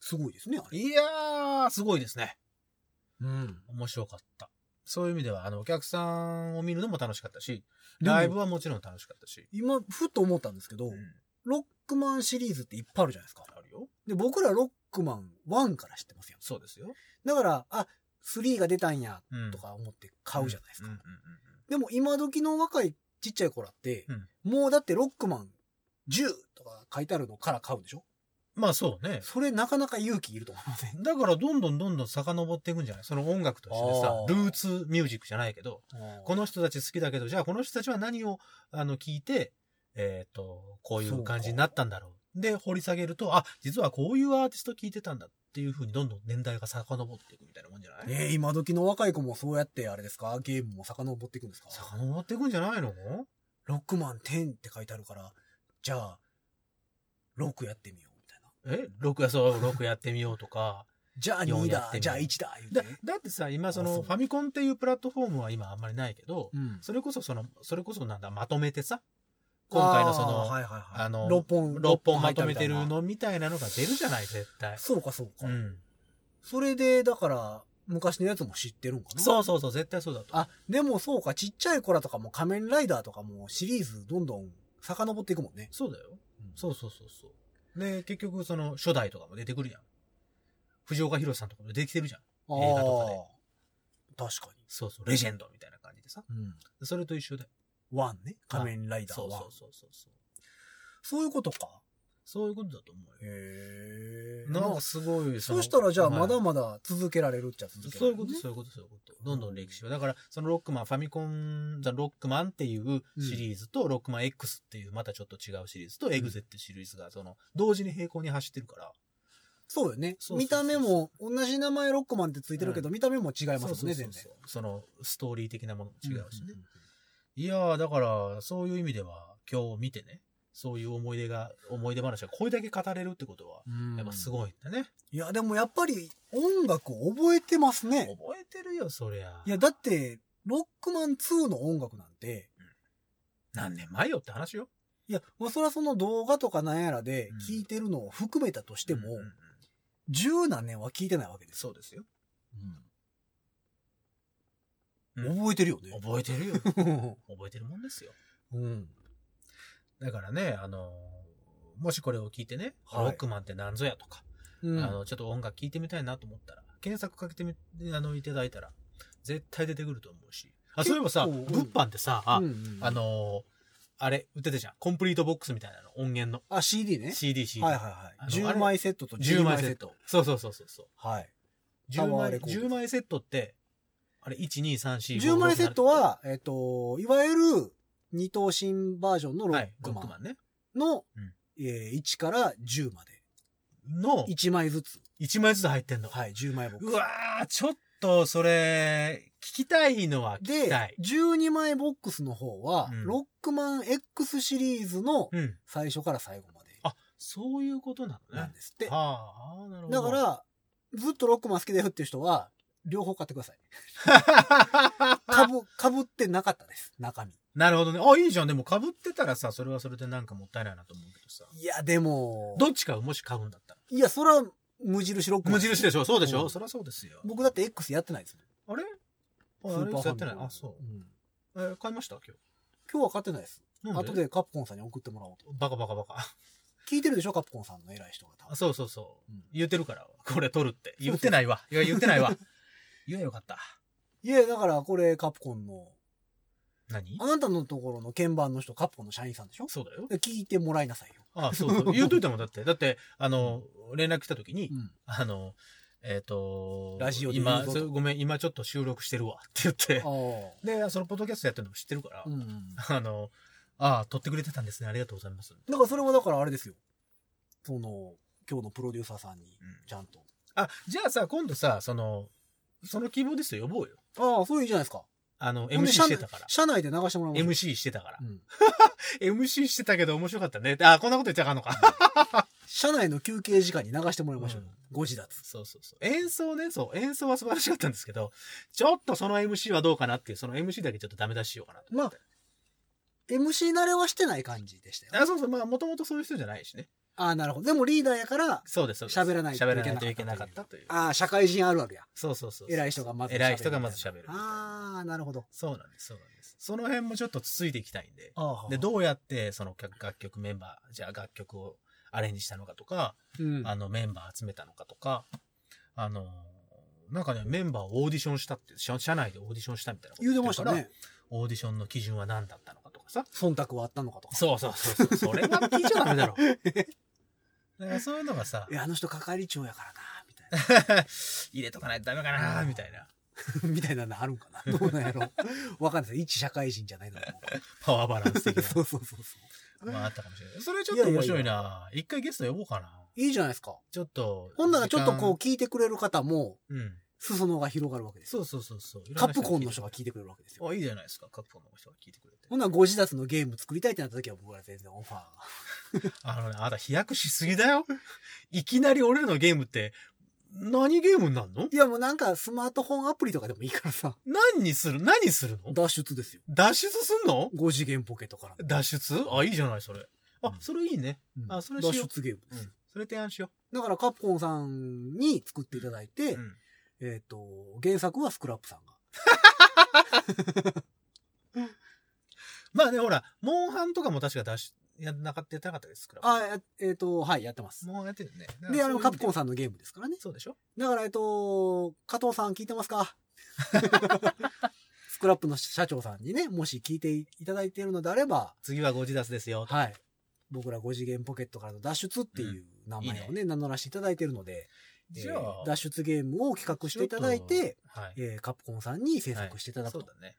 [SPEAKER 2] すごいですね、あれ。
[SPEAKER 3] いやー、すごいですね。
[SPEAKER 2] うん。
[SPEAKER 3] 面白かった。そういう意味では、あの、お客さんを見るのも楽しかったし、
[SPEAKER 2] でも
[SPEAKER 3] ライブはもちろん楽しかったし。
[SPEAKER 2] 今、ふと思ったんですけど、
[SPEAKER 3] うん
[SPEAKER 2] ロックマンシリーズっていっぱいあるじゃないですか。
[SPEAKER 3] あるよ。
[SPEAKER 2] で、僕らロックマン1から知ってますよ。
[SPEAKER 3] そうですよ。
[SPEAKER 2] だから、あ、3が出たんや、
[SPEAKER 3] うん
[SPEAKER 2] とか思って買うじゃないですか。
[SPEAKER 3] うんうんうん
[SPEAKER 2] でも今時の若いちっちゃい子らって、もうだってロックマン10とか書いてあるのから買うんでしょ
[SPEAKER 3] うんまあそうね。
[SPEAKER 2] それなかなか勇気いると思いません。
[SPEAKER 3] だからどんどんどんどん遡っていくんじゃないその音楽としてさ
[SPEAKER 2] あ、ー
[SPEAKER 3] ルーツミュージックじゃないけど、この人たち好きだけど、じゃあこの人たちは何を、あの、聞いて、えっ、と、こういう感じになったんだろう。で、掘り下げると、あ、実はこういうアーティスト聞いてたんだっていうふうにどんどん年代が遡っていくみたいなもんじゃない、
[SPEAKER 2] ねえ、今時の若い子もそうやって、あれですかゲームも遡っていくんですか
[SPEAKER 3] 遡っていくんじゃないの
[SPEAKER 2] ロックマン10って書いてあるから、じゃあ、6やってみよう、みたいな。
[SPEAKER 3] え ?6 や、そう、6やってみようとか。
[SPEAKER 2] じゃあ
[SPEAKER 3] 4
[SPEAKER 2] 2だ
[SPEAKER 3] やってみよ、う
[SPEAKER 2] じゃあ1だ、言
[SPEAKER 3] だ
[SPEAKER 2] うてね。
[SPEAKER 3] だってさ、今そ
[SPEAKER 2] あそ
[SPEAKER 3] の
[SPEAKER 2] う
[SPEAKER 3] ファミコンっていうプラットフォームは今あんまりないけど、
[SPEAKER 2] うん
[SPEAKER 3] それこそその、それこそなんだ、まとめてさ、今回のそ
[SPEAKER 2] あー
[SPEAKER 3] の、
[SPEAKER 2] はいはいはい、
[SPEAKER 3] あの
[SPEAKER 2] 6本、
[SPEAKER 3] 6本まとめ
[SPEAKER 2] 入
[SPEAKER 3] てる
[SPEAKER 2] ったみたい
[SPEAKER 3] のみたいなのが出るじゃない、絶対
[SPEAKER 2] な。。そうかそうか。
[SPEAKER 3] うん。
[SPEAKER 2] それで、だから、昔のやつも知ってるんかな
[SPEAKER 3] そうそうそう、絶対そうだと。
[SPEAKER 2] あ、でもそうか、ちっちゃい子らとかも仮面ライダーとかもシリーズどんどん遡っていくもんね。
[SPEAKER 3] そうだよ。
[SPEAKER 2] そ
[SPEAKER 3] そうそうそうそう。で、結局、その、初代とかも出てくるやん。藤岡弘さんとかも出てきてるじゃん。
[SPEAKER 2] う
[SPEAKER 3] 映画とかで
[SPEAKER 2] あー確か
[SPEAKER 3] そうそう、レジェンドみたいな感じでさ。
[SPEAKER 2] に。うん。
[SPEAKER 3] それと一緒で。
[SPEAKER 2] ワンね。仮面ライダー
[SPEAKER 3] そ
[SPEAKER 2] は。
[SPEAKER 3] う
[SPEAKER 2] そ
[SPEAKER 3] そううそうそうそう。
[SPEAKER 2] いうことか。
[SPEAKER 3] そういうことだと思うよ。
[SPEAKER 2] へえ。
[SPEAKER 3] なん
[SPEAKER 2] ま
[SPEAKER 3] か
[SPEAKER 2] あ、
[SPEAKER 3] すごい、
[SPEAKER 2] そしたらじゃあまだま
[SPEAKER 3] ま
[SPEAKER 2] だ続けられるっちゃ続けら
[SPEAKER 3] そ
[SPEAKER 2] れ
[SPEAKER 3] ういう
[SPEAKER 2] る、
[SPEAKER 3] こと、
[SPEAKER 2] ね。
[SPEAKER 3] そういうこと、そういうこと。どんどん歴史は。だから、そのロックマン、ファミコン、ザ・ロックマンっていうシリーズと、ロックマン X っていう、またちょっと違うシリーズと、エグゼっていうシリーズが、その、同時に並行に走ってるから。
[SPEAKER 2] そうよね
[SPEAKER 3] そうそうそう
[SPEAKER 2] 見た目も、同じ名前ロックマンってついてるけど、見た目も違いますもんね、全然。
[SPEAKER 3] そうそうそうその、ストーリー的なものも違うしね。
[SPEAKER 2] んんん
[SPEAKER 3] いやー、だから、そういう意味では、今日見てね、そういう思い出が、思い出話がこれだけ語れるってことは、
[SPEAKER 2] うん
[SPEAKER 3] やっぱすごいんだね。
[SPEAKER 2] いや、でもやっぱり音楽覚えてますね。
[SPEAKER 3] 覚えてるよ、そりゃ。
[SPEAKER 2] いや、だって、ロックマン2の音楽なんて、
[SPEAKER 3] 何年前よって話よ。
[SPEAKER 2] いや、まあ、それはその動画とかなんやらで
[SPEAKER 3] うん
[SPEAKER 2] 聞いてるのを含めたとして
[SPEAKER 3] うん
[SPEAKER 2] も
[SPEAKER 3] うんう、ん
[SPEAKER 2] 十何年は聞いてないわけです。
[SPEAKER 3] そうですよ。
[SPEAKER 2] うん覚えてるよね。
[SPEAKER 3] 覚えて るよ。覚えてるもんですよ。
[SPEAKER 2] うん。
[SPEAKER 3] だからね、あのーもしこれを聞いてね、
[SPEAKER 2] はい
[SPEAKER 3] ロックマンって何ぞやとか、
[SPEAKER 2] うん
[SPEAKER 3] あの、ちょっと音楽聞いてみたいなと思ったら、検索かけてみ、あの、いただいたら、絶対出てくると思うし。あ、そういえばさ、
[SPEAKER 2] 結構
[SPEAKER 3] 物販ってさ、あ
[SPEAKER 2] うんうん
[SPEAKER 3] あのーあれ、売ってたじゃん。コンプリートボックスみたいなの、音源の。
[SPEAKER 2] あ、CD ね。
[SPEAKER 3] CD、CD。
[SPEAKER 2] はいはい
[SPEAKER 3] あ
[SPEAKER 2] は
[SPEAKER 3] の
[SPEAKER 2] い。10枚セットと
[SPEAKER 3] 10
[SPEAKER 2] 10
[SPEAKER 3] 枚
[SPEAKER 2] 枚
[SPEAKER 3] セ
[SPEAKER 2] セ
[SPEAKER 3] ッ
[SPEAKER 2] ッ
[SPEAKER 3] ト
[SPEAKER 2] ト。。
[SPEAKER 3] そうそうそうそうそう。
[SPEAKER 2] はい。タ
[SPEAKER 3] 10
[SPEAKER 2] ワー
[SPEAKER 3] 枚、
[SPEAKER 2] レコード
[SPEAKER 3] 10枚セットって、あれ、1、2、3、4、5。
[SPEAKER 2] 10枚セットは、えっと、いわゆる二等身バージョンの
[SPEAKER 3] 6、
[SPEAKER 2] ロ
[SPEAKER 3] は
[SPEAKER 2] ッ
[SPEAKER 3] い、ロ
[SPEAKER 2] ク
[SPEAKER 3] ッ
[SPEAKER 2] マ
[SPEAKER 3] クマンね。
[SPEAKER 2] ンの
[SPEAKER 3] うん、
[SPEAKER 2] えー1から10まで。
[SPEAKER 3] の、
[SPEAKER 2] 1枚ずつ。
[SPEAKER 3] 1枚ずつ入ってんの。
[SPEAKER 2] はい、10枚ボックス。
[SPEAKER 3] うわー、ちょっと、それ、聞きたいのは聞きた
[SPEAKER 2] で
[SPEAKER 3] い、。
[SPEAKER 2] 12枚ボックスの方は、
[SPEAKER 3] うん
[SPEAKER 2] ロックマン X シリーズの
[SPEAKER 3] うん。
[SPEAKER 2] 最初から最後まで
[SPEAKER 3] あ、そういうことなの
[SPEAKER 2] な
[SPEAKER 3] ね
[SPEAKER 2] ん。ですって。
[SPEAKER 3] ああ、なるほ
[SPEAKER 2] だ
[SPEAKER 3] ど。
[SPEAKER 2] か、ら、ずっとロックマン好きだよっていう人は、両方買ってください。 かぶ、かぶってなかったです、中身。
[SPEAKER 3] なるほどね。あ、いいじゃん。でも被ってたらさ、それはそれでなんかもったいないなと思うけどさ。
[SPEAKER 2] いや、でも、
[SPEAKER 3] どっちかをもし買うんだったら。
[SPEAKER 2] いや、それは無印ロックマン。
[SPEAKER 3] 無印でしょそうでしょ、
[SPEAKER 2] うん
[SPEAKER 3] そりゃそうですよ。
[SPEAKER 2] 僕だって X やってないです
[SPEAKER 3] あれあ
[SPEAKER 2] もん。
[SPEAKER 3] あ
[SPEAKER 2] スー
[SPEAKER 3] れ
[SPEAKER 2] パーファ
[SPEAKER 3] やっ
[SPEAKER 2] ミ
[SPEAKER 3] て
[SPEAKER 2] コン
[SPEAKER 3] ない。あ、そうう。
[SPEAKER 2] ん
[SPEAKER 3] えー買いました今日。
[SPEAKER 2] 今日は買ってないです。
[SPEAKER 3] なんで
[SPEAKER 2] 後でカプコンさんに送ってもらおうと。
[SPEAKER 3] バカバカバカ。
[SPEAKER 2] 聞いてるでしょカプコンさんの偉い人が多
[SPEAKER 3] あ
[SPEAKER 2] 分。。
[SPEAKER 3] そうそうそううん言ってるから、これ取るって。
[SPEAKER 2] そう
[SPEAKER 3] 言ってないわ。いや、言ってない わ。言えばよかった。
[SPEAKER 2] いや、だからこれカプコンの、
[SPEAKER 3] 何
[SPEAKER 2] あなたのところの鍵盤の人、カプコンの社員さんでしょ
[SPEAKER 3] そうだよ。
[SPEAKER 2] で聞いてもらいなさいよ。
[SPEAKER 3] あそうそう。言うといたもんだって。だって、あの、連絡来た時に、
[SPEAKER 2] うん。
[SPEAKER 3] あの、えっ、と、
[SPEAKER 2] ラジオで言
[SPEAKER 3] 今
[SPEAKER 2] うぞと
[SPEAKER 3] そうごめん、今ちょっと収録してるわって言って。
[SPEAKER 2] あ
[SPEAKER 3] で、そのポッドキャストやってるのも知ってるから、
[SPEAKER 2] あ。うん。
[SPEAKER 3] あの、ああ、撮ってくれてたんですね。ありがとうございます。
[SPEAKER 2] だからそれはだからあれですよ。その、今日のプロデューサーさんに
[SPEAKER 3] うん、
[SPEAKER 2] ちゃんと。
[SPEAKER 3] あ、じゃあさ、今度さ、その、その希望ですよ、呼ぼうよ。
[SPEAKER 2] ああ、それいいじゃないですか。
[SPEAKER 3] あの、
[SPEAKER 2] ほん
[SPEAKER 3] MC
[SPEAKER 2] で社
[SPEAKER 3] し
[SPEAKER 2] 内
[SPEAKER 3] てたから。
[SPEAKER 2] 社内で流してもらおう。
[SPEAKER 3] MC してたから
[SPEAKER 2] う。ん。
[SPEAKER 3] MC してたけど面白かったね。あ、こんなこと言っちゃあかんのか。
[SPEAKER 2] 社内の休憩時間に流してもらいましょう。
[SPEAKER 3] うん
[SPEAKER 2] 5時脱。
[SPEAKER 3] そうそうそう。演奏ね、そう、演奏は素晴らしかったんですけど、ちょっとその MC はどうかなっていう、その MC だけちょっとダメ出ししようかなと思って。
[SPEAKER 2] MC 慣れはしてない感じでしたよ。
[SPEAKER 3] あ、そうそう、まあ、もともとそういう人じゃないしね。
[SPEAKER 2] ああ、なるほど。でもリーダーやから、
[SPEAKER 3] そうです、そうです。
[SPEAKER 2] 喋らないと
[SPEAKER 3] 喋らないといけなかったという。
[SPEAKER 2] ああ、社会人あるあるや。
[SPEAKER 3] そうそうそう。
[SPEAKER 2] 偉い人がまず喋る
[SPEAKER 3] 偉い人がまず喋る。
[SPEAKER 2] ああ、なるほど。
[SPEAKER 3] そうなんです、そうなんです。その辺もちょっとつついていきたいんで。
[SPEAKER 2] あ
[SPEAKER 3] で、どうやって、その楽楽曲メンバー、じゃあ楽曲をアレンジしたのかとか、
[SPEAKER 2] うん。
[SPEAKER 3] あの、メンバー集めたのかとか、あの、なんかね、メンバーをオーディションしたって、社社内でオーディションしたみたいなこと
[SPEAKER 2] 言うてま
[SPEAKER 3] る
[SPEAKER 2] し
[SPEAKER 3] か
[SPEAKER 2] た
[SPEAKER 3] ら
[SPEAKER 2] ね。
[SPEAKER 3] オーディションの基準は何だったのかとかさ。
[SPEAKER 2] 忖度はあったのかとか。
[SPEAKER 3] そうそうそうそう。それは聞いちゃダ メ だろ。だからそういうのがさ
[SPEAKER 2] い、や、あの人係長やからな、みたいな。
[SPEAKER 3] 入れとかないとダメかな、みたいな。
[SPEAKER 2] みたいなのあるんか な。どうなんやろ。わかんないです。一社会人じゃないのか
[SPEAKER 3] パワーバランス的
[SPEAKER 2] な そう
[SPEAKER 3] な。
[SPEAKER 2] そうそうそう。
[SPEAKER 3] まああったかもしれない。それちょっと面白いな。一回ゲスト呼ぼうかな。
[SPEAKER 2] いいじゃないですか。
[SPEAKER 3] ちょっと。
[SPEAKER 2] ほんならちょっとこう聞いてくれる方も、
[SPEAKER 3] う。うん。
[SPEAKER 2] 裾野が広がるわけですよ。
[SPEAKER 3] そうそうそうそう。
[SPEAKER 2] カプコンの人が聞いてくれるわけですよ。
[SPEAKER 3] あ、いいじゃないですか。カプコンの人が聞いてくれて
[SPEAKER 2] ほ。んならご自達のゲーム作りたいってなった時は僕は全然オファーが。
[SPEAKER 3] あのね、あなた飛躍しすぎだよ。いきなり俺らのゲームって、何ゲームになるの
[SPEAKER 2] いやもうなんかスマートフォンアプリとかでもいいからさ、
[SPEAKER 3] 何にする何するの
[SPEAKER 2] 脱出ですよ。
[SPEAKER 3] 脱出すんの
[SPEAKER 2] 5次元ポケットからの。
[SPEAKER 3] 脱出あ、いいじゃない、それ。あ
[SPEAKER 2] う、ん
[SPEAKER 3] それいいね。
[SPEAKER 2] うん
[SPEAKER 3] あそれしよ
[SPEAKER 2] 脱
[SPEAKER 3] う
[SPEAKER 2] 出ゲームです。
[SPEAKER 3] それ提案しよ
[SPEAKER 2] だからカプコンさんに作っていただいて、
[SPEAKER 3] う。うん。
[SPEAKER 2] えっ、と、原作はスクラップさんが。
[SPEAKER 3] まあね、ほら、モンハンとかも確か脱出、やんなかった、やってなかったですから。
[SPEAKER 2] あ、やえっ、と、はい、やってます。
[SPEAKER 3] モンハンやってるよね。
[SPEAKER 2] で、あの、カプコン
[SPEAKER 3] さ
[SPEAKER 2] さんのゲームですからね。
[SPEAKER 3] そうでしょ
[SPEAKER 2] だから、えっと、加藤さん聞いてますか スクラップの社長さんにね、もし聞いていただいているのであれば、
[SPEAKER 3] 次はゴジダスですよ。
[SPEAKER 2] はい。僕ら5次元ポケットからの脱出っていう名前をね、
[SPEAKER 3] いい
[SPEAKER 2] 名乗らせていただいているので、えー
[SPEAKER 3] じゃあ、
[SPEAKER 2] 脱出ゲームを企画していただいて、
[SPEAKER 3] ちょっと、はい。
[SPEAKER 2] えーカプコンさんに制作していただくと。
[SPEAKER 3] はいそうだね。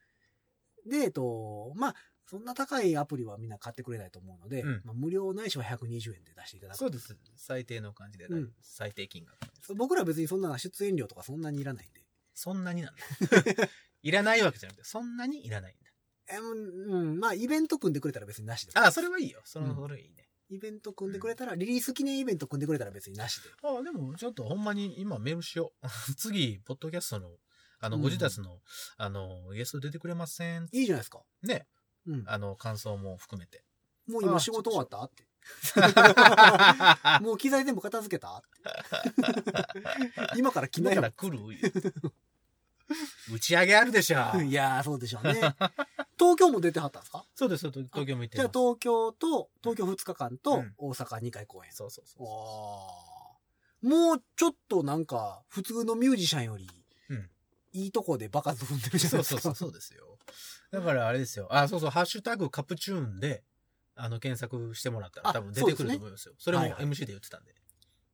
[SPEAKER 2] で、えっと、まあ、そんな高いアプリはみんな買ってくれないと思うので、
[SPEAKER 3] うん
[SPEAKER 2] まあ、無料ないしは120円で出していただく
[SPEAKER 3] そうです。最低の感じで、
[SPEAKER 2] うん
[SPEAKER 3] 最低金額なんです。
[SPEAKER 2] 僕ら別にそんな出演料とかそんなにいらないんで。
[SPEAKER 3] そんなになん だ。いらないわけじゃなくて、そんなにいらないん
[SPEAKER 2] えーうん、うんまあ、イベント組んでくれたら別になしです。
[SPEAKER 3] だ。あ、それはいいよ。その、
[SPEAKER 2] うん
[SPEAKER 3] それいいね。
[SPEAKER 2] イベント組んでくれたら、リリース記念イベント組んでくれたら別になしで。
[SPEAKER 3] あ、でも、ちょっとほんまに今メールしよう。 次、ポッドキャストの、あの、
[SPEAKER 2] うん
[SPEAKER 3] ゴジダスの、あの、ゲスト出てくれません。
[SPEAKER 2] いいじゃないですか。
[SPEAKER 3] ね。
[SPEAKER 2] うん。
[SPEAKER 3] あの、感想も含めて。
[SPEAKER 2] もう
[SPEAKER 3] あ
[SPEAKER 2] 今
[SPEAKER 3] あ
[SPEAKER 2] 仕事終わったって。
[SPEAKER 3] だ
[SPEAKER 2] もう機材全部片付けた って今から着ない
[SPEAKER 3] から来る打ち上げあるでしょ。
[SPEAKER 2] いやー、そうでしょうね。東京も出てはったんですか
[SPEAKER 3] そうです、そうです東京も行って
[SPEAKER 2] じゃあ
[SPEAKER 3] ます。
[SPEAKER 2] 東京と、東京2日間
[SPEAKER 3] う
[SPEAKER 2] と
[SPEAKER 3] ん
[SPEAKER 2] 大阪2回公演。
[SPEAKER 3] そうそうそう。
[SPEAKER 2] おーもうちょっとなんか、普通のミュージシャンより
[SPEAKER 3] うん、
[SPEAKER 2] いいとこでバカ踏んでるじゃない
[SPEAKER 3] そ
[SPEAKER 2] です
[SPEAKER 3] うそう
[SPEAKER 2] か。
[SPEAKER 3] そう、そうですよ。だからあれですよ。あ、そうそう、ハッシュタグカプチューンで、あの、検索してもらったら
[SPEAKER 2] あ
[SPEAKER 3] 多分出てくると思いますよ。それも
[SPEAKER 2] はいはい
[SPEAKER 3] MC で言ってたんで。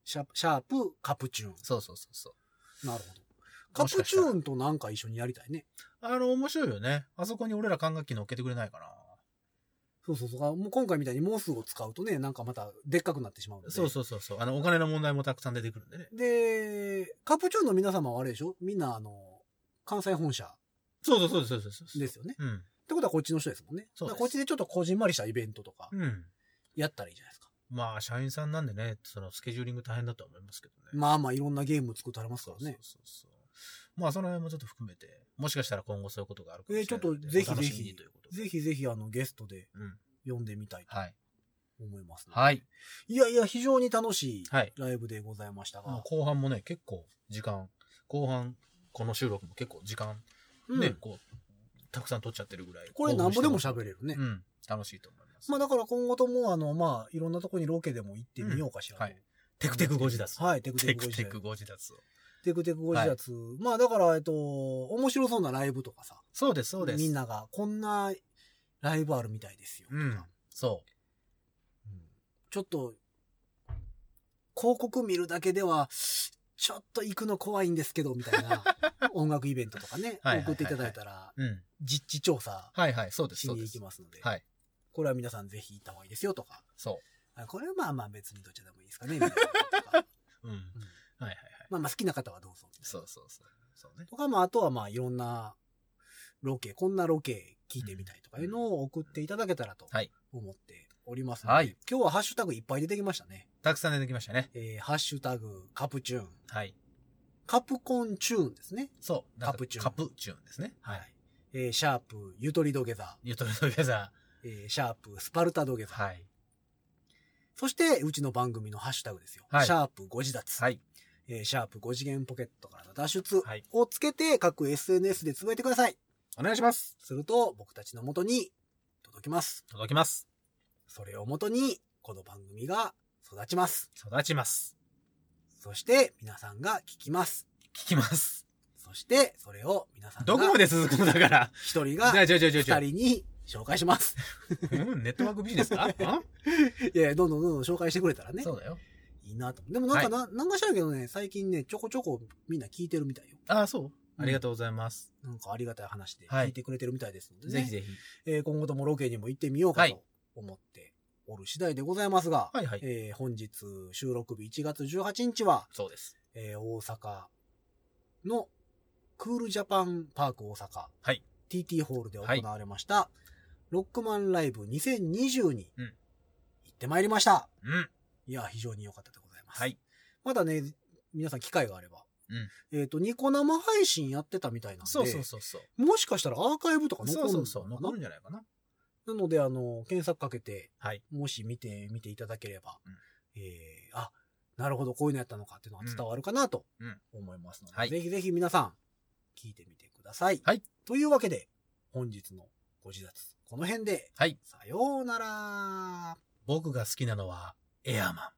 [SPEAKER 2] シャープシャープ、カプチューン。
[SPEAKER 3] そうそうそうそう。
[SPEAKER 2] なるほど。カプチューンとなんか一緒にやりたいね。
[SPEAKER 3] あの、面白いよね。あそこに俺ら管楽器乗っけてくれないかな。
[SPEAKER 2] そうそうそう。もう今回みたいにモスを使うとね、なんかまたでっかくなってしまうので。
[SPEAKER 3] そうそうそうそう。あの、お金の問題もたくさん出てくるんでね。
[SPEAKER 2] で、カプチューンの皆様はあれでしょみんなあの、関西本社
[SPEAKER 3] そうそうそうそうそうそう。
[SPEAKER 2] ですよね。
[SPEAKER 3] うん。
[SPEAKER 2] ってことはこっちの人ですもんね。
[SPEAKER 3] そうです
[SPEAKER 2] だからこっちでちょっとこじんまりしたイベントとか
[SPEAKER 3] うん。
[SPEAKER 2] やったらいいじゃないですか。
[SPEAKER 3] まあ、社員さんなんでね、そのスケジューリング大変だとは思いますけどね。
[SPEAKER 2] まあまあいろんなゲーム作ってあります
[SPEAKER 3] そ
[SPEAKER 2] から
[SPEAKER 3] うそう
[SPEAKER 2] ね。
[SPEAKER 3] そうそう。まあ、その辺もちょっと含めて、もしかしたら今後そういうことがあるかも
[SPEAKER 2] え
[SPEAKER 3] し
[SPEAKER 2] ーちょ
[SPEAKER 3] れ
[SPEAKER 2] っ
[SPEAKER 3] ない
[SPEAKER 2] と
[SPEAKER 3] の
[SPEAKER 2] ぜひぜ
[SPEAKER 3] で。お楽しみ
[SPEAKER 2] ひ
[SPEAKER 3] にということ、で
[SPEAKER 2] ぜひぜひあのゲストで
[SPEAKER 3] うん。
[SPEAKER 2] 呼んでみたいと
[SPEAKER 3] はい。
[SPEAKER 2] 思いますね、
[SPEAKER 3] はい。
[SPEAKER 2] い。やいや、非常に楽しい
[SPEAKER 3] はい
[SPEAKER 2] ライブでございましたが。
[SPEAKER 3] まあ後半もね、結構時間、後半、この収録も結構時間、
[SPEAKER 2] うん
[SPEAKER 3] ね、こう、たくさん撮っちゃってるぐらい。
[SPEAKER 2] これなんぼでも
[SPEAKER 3] し
[SPEAKER 2] 喋れるね。
[SPEAKER 3] うん。楽しいと思います。
[SPEAKER 2] まあだから今後とも、あの、まあ、いろんなとこにロケでも行ってみようかしら。
[SPEAKER 3] はい。テクテクご自立。
[SPEAKER 2] はい、テクテ
[SPEAKER 3] テ
[SPEAKER 2] ク
[SPEAKER 3] ク
[SPEAKER 2] ゴジ
[SPEAKER 3] テ
[SPEAKER 2] ラ
[SPEAKER 3] クご自立を。
[SPEAKER 2] テクテクゴジラ2。まあだから、えっと、面白そうなライブとかさ。
[SPEAKER 3] そうです、そうです。
[SPEAKER 2] みんなが、こんなライブあるみたいですよ。
[SPEAKER 3] うん
[SPEAKER 2] とか
[SPEAKER 3] そ
[SPEAKER 2] ちょっと、広告見るだけでは、ちょっと行くの怖いんですけど、みたい な音楽イベントとかね、
[SPEAKER 3] はいはいはいはい
[SPEAKER 2] 送っていただいたら、
[SPEAKER 3] う。うん。
[SPEAKER 2] 実地調査
[SPEAKER 3] はいはい、そうです、
[SPEAKER 2] し
[SPEAKER 3] そう
[SPEAKER 2] に
[SPEAKER 3] で
[SPEAKER 2] 行き
[SPEAKER 3] す。
[SPEAKER 2] ますので、
[SPEAKER 3] はい。
[SPEAKER 2] これは皆さんぜひ行った方がいいですよとか、
[SPEAKER 3] そ
[SPEAKER 2] あこれはまあまあ別にどっちでもいいですかね、みたいなとか
[SPEAKER 3] う。うん。はい
[SPEAKER 2] うん
[SPEAKER 3] はいはい。
[SPEAKER 2] まあまあ好きな方はどうぞ。
[SPEAKER 3] そうそうそう。そうね。
[SPEAKER 2] とか、まああとはまあいろんなロケ、こんなロケ聞いてみたいとかいうのを送っていただけたらと
[SPEAKER 3] はい
[SPEAKER 2] 思っておりますので、
[SPEAKER 3] はい
[SPEAKER 2] 今日はハッシュタグいっぱい出てきましたね。
[SPEAKER 3] たくさん出てきましたね。
[SPEAKER 2] えーハッシュタグカプチューン。
[SPEAKER 3] はい。
[SPEAKER 2] カプコンチューンですね。
[SPEAKER 3] そう。なんか
[SPEAKER 2] カプチューン
[SPEAKER 3] カプチューンですね。
[SPEAKER 2] はい。。えーシャープ、ゆとり土下座。
[SPEAKER 3] ゆとりのギャザ
[SPEAKER 2] えーシャープ、スパルタ土下
[SPEAKER 3] ー。
[SPEAKER 2] 座。
[SPEAKER 3] はい。
[SPEAKER 2] そして、うちの番組のハッシュタグですよ。
[SPEAKER 3] はい
[SPEAKER 2] シャープ5自立。
[SPEAKER 3] はい。
[SPEAKER 2] えーシャープ5次元ポケットからの脱出
[SPEAKER 3] はい
[SPEAKER 2] をつけて、各 SNS でつぶえてください。
[SPEAKER 3] お願いします。
[SPEAKER 2] すると、僕たちの元に届きます。
[SPEAKER 3] 届きます。
[SPEAKER 2] それを元に、この番組が育ちます。
[SPEAKER 3] 育ちます。
[SPEAKER 2] そして、皆さんが聞きます。
[SPEAKER 3] 聞きます。
[SPEAKER 2] そして、それを皆さんが、
[SPEAKER 3] どこまで続くのだから。
[SPEAKER 2] 一人
[SPEAKER 3] じゃ
[SPEAKER 2] が
[SPEAKER 3] あ、じゃあ、じゃあ、じ
[SPEAKER 2] 二
[SPEAKER 3] ゃあじゃあ
[SPEAKER 2] 人に紹介し ます。
[SPEAKER 3] うん、ネットワークビジネ スかう
[SPEAKER 2] いやいや、どんどんどんどん紹介してくれたら
[SPEAKER 3] ん
[SPEAKER 2] ね。
[SPEAKER 3] そうだよ。
[SPEAKER 2] いいなと。でもなんかな、なんかしらんけどね、最近ね、ちょこちょこみんな聞いてるみたいよ。
[SPEAKER 3] ああ、そう。ありがとうございます。
[SPEAKER 2] なんかありがたい話で
[SPEAKER 3] はい
[SPEAKER 2] 聞いてくれてるみたいですのでね。
[SPEAKER 3] ぜひぜひ。
[SPEAKER 2] えー今後ともロケにも行ってみようか
[SPEAKER 3] はい
[SPEAKER 2] と思っておる次第でございますが、
[SPEAKER 3] はいはい。
[SPEAKER 2] えー本日収録日1月18日は、
[SPEAKER 3] そうです。
[SPEAKER 2] えー大阪のクールジャパンパーク大阪、
[SPEAKER 3] はい
[SPEAKER 2] TT ホールで行われました、ロックマンライブ2020に
[SPEAKER 3] うん
[SPEAKER 2] 行ってまいりました。
[SPEAKER 3] うん。
[SPEAKER 2] いや、非常に良かったでございます。
[SPEAKER 3] はい。
[SPEAKER 2] まだね、皆さん機会があれば。
[SPEAKER 3] う
[SPEAKER 2] えっ、と、ニコ生配信やってたみたいなんで、
[SPEAKER 3] そうそうそうそう。
[SPEAKER 2] もしかしたらアーカイブとか残る
[SPEAKER 3] そ
[SPEAKER 2] の
[SPEAKER 3] う
[SPEAKER 2] かな
[SPEAKER 3] そうそう。残るんじゃないかな。
[SPEAKER 2] なので、あの、検索かけて、
[SPEAKER 3] はい
[SPEAKER 2] もし見て、見ていただければ、
[SPEAKER 3] うん
[SPEAKER 2] えーあ、なるほど、こういうのやったのかっていうのが伝わるかなと
[SPEAKER 3] うんうん
[SPEAKER 2] 思いますので、
[SPEAKER 3] はい
[SPEAKER 2] ぜひぜひ皆さん、聞いてみてください。
[SPEAKER 3] はい
[SPEAKER 2] というわけで、本日のご自立、この辺で、
[SPEAKER 3] はい
[SPEAKER 2] さようなら。
[SPEAKER 3] 僕が好きなのは、エアーマン。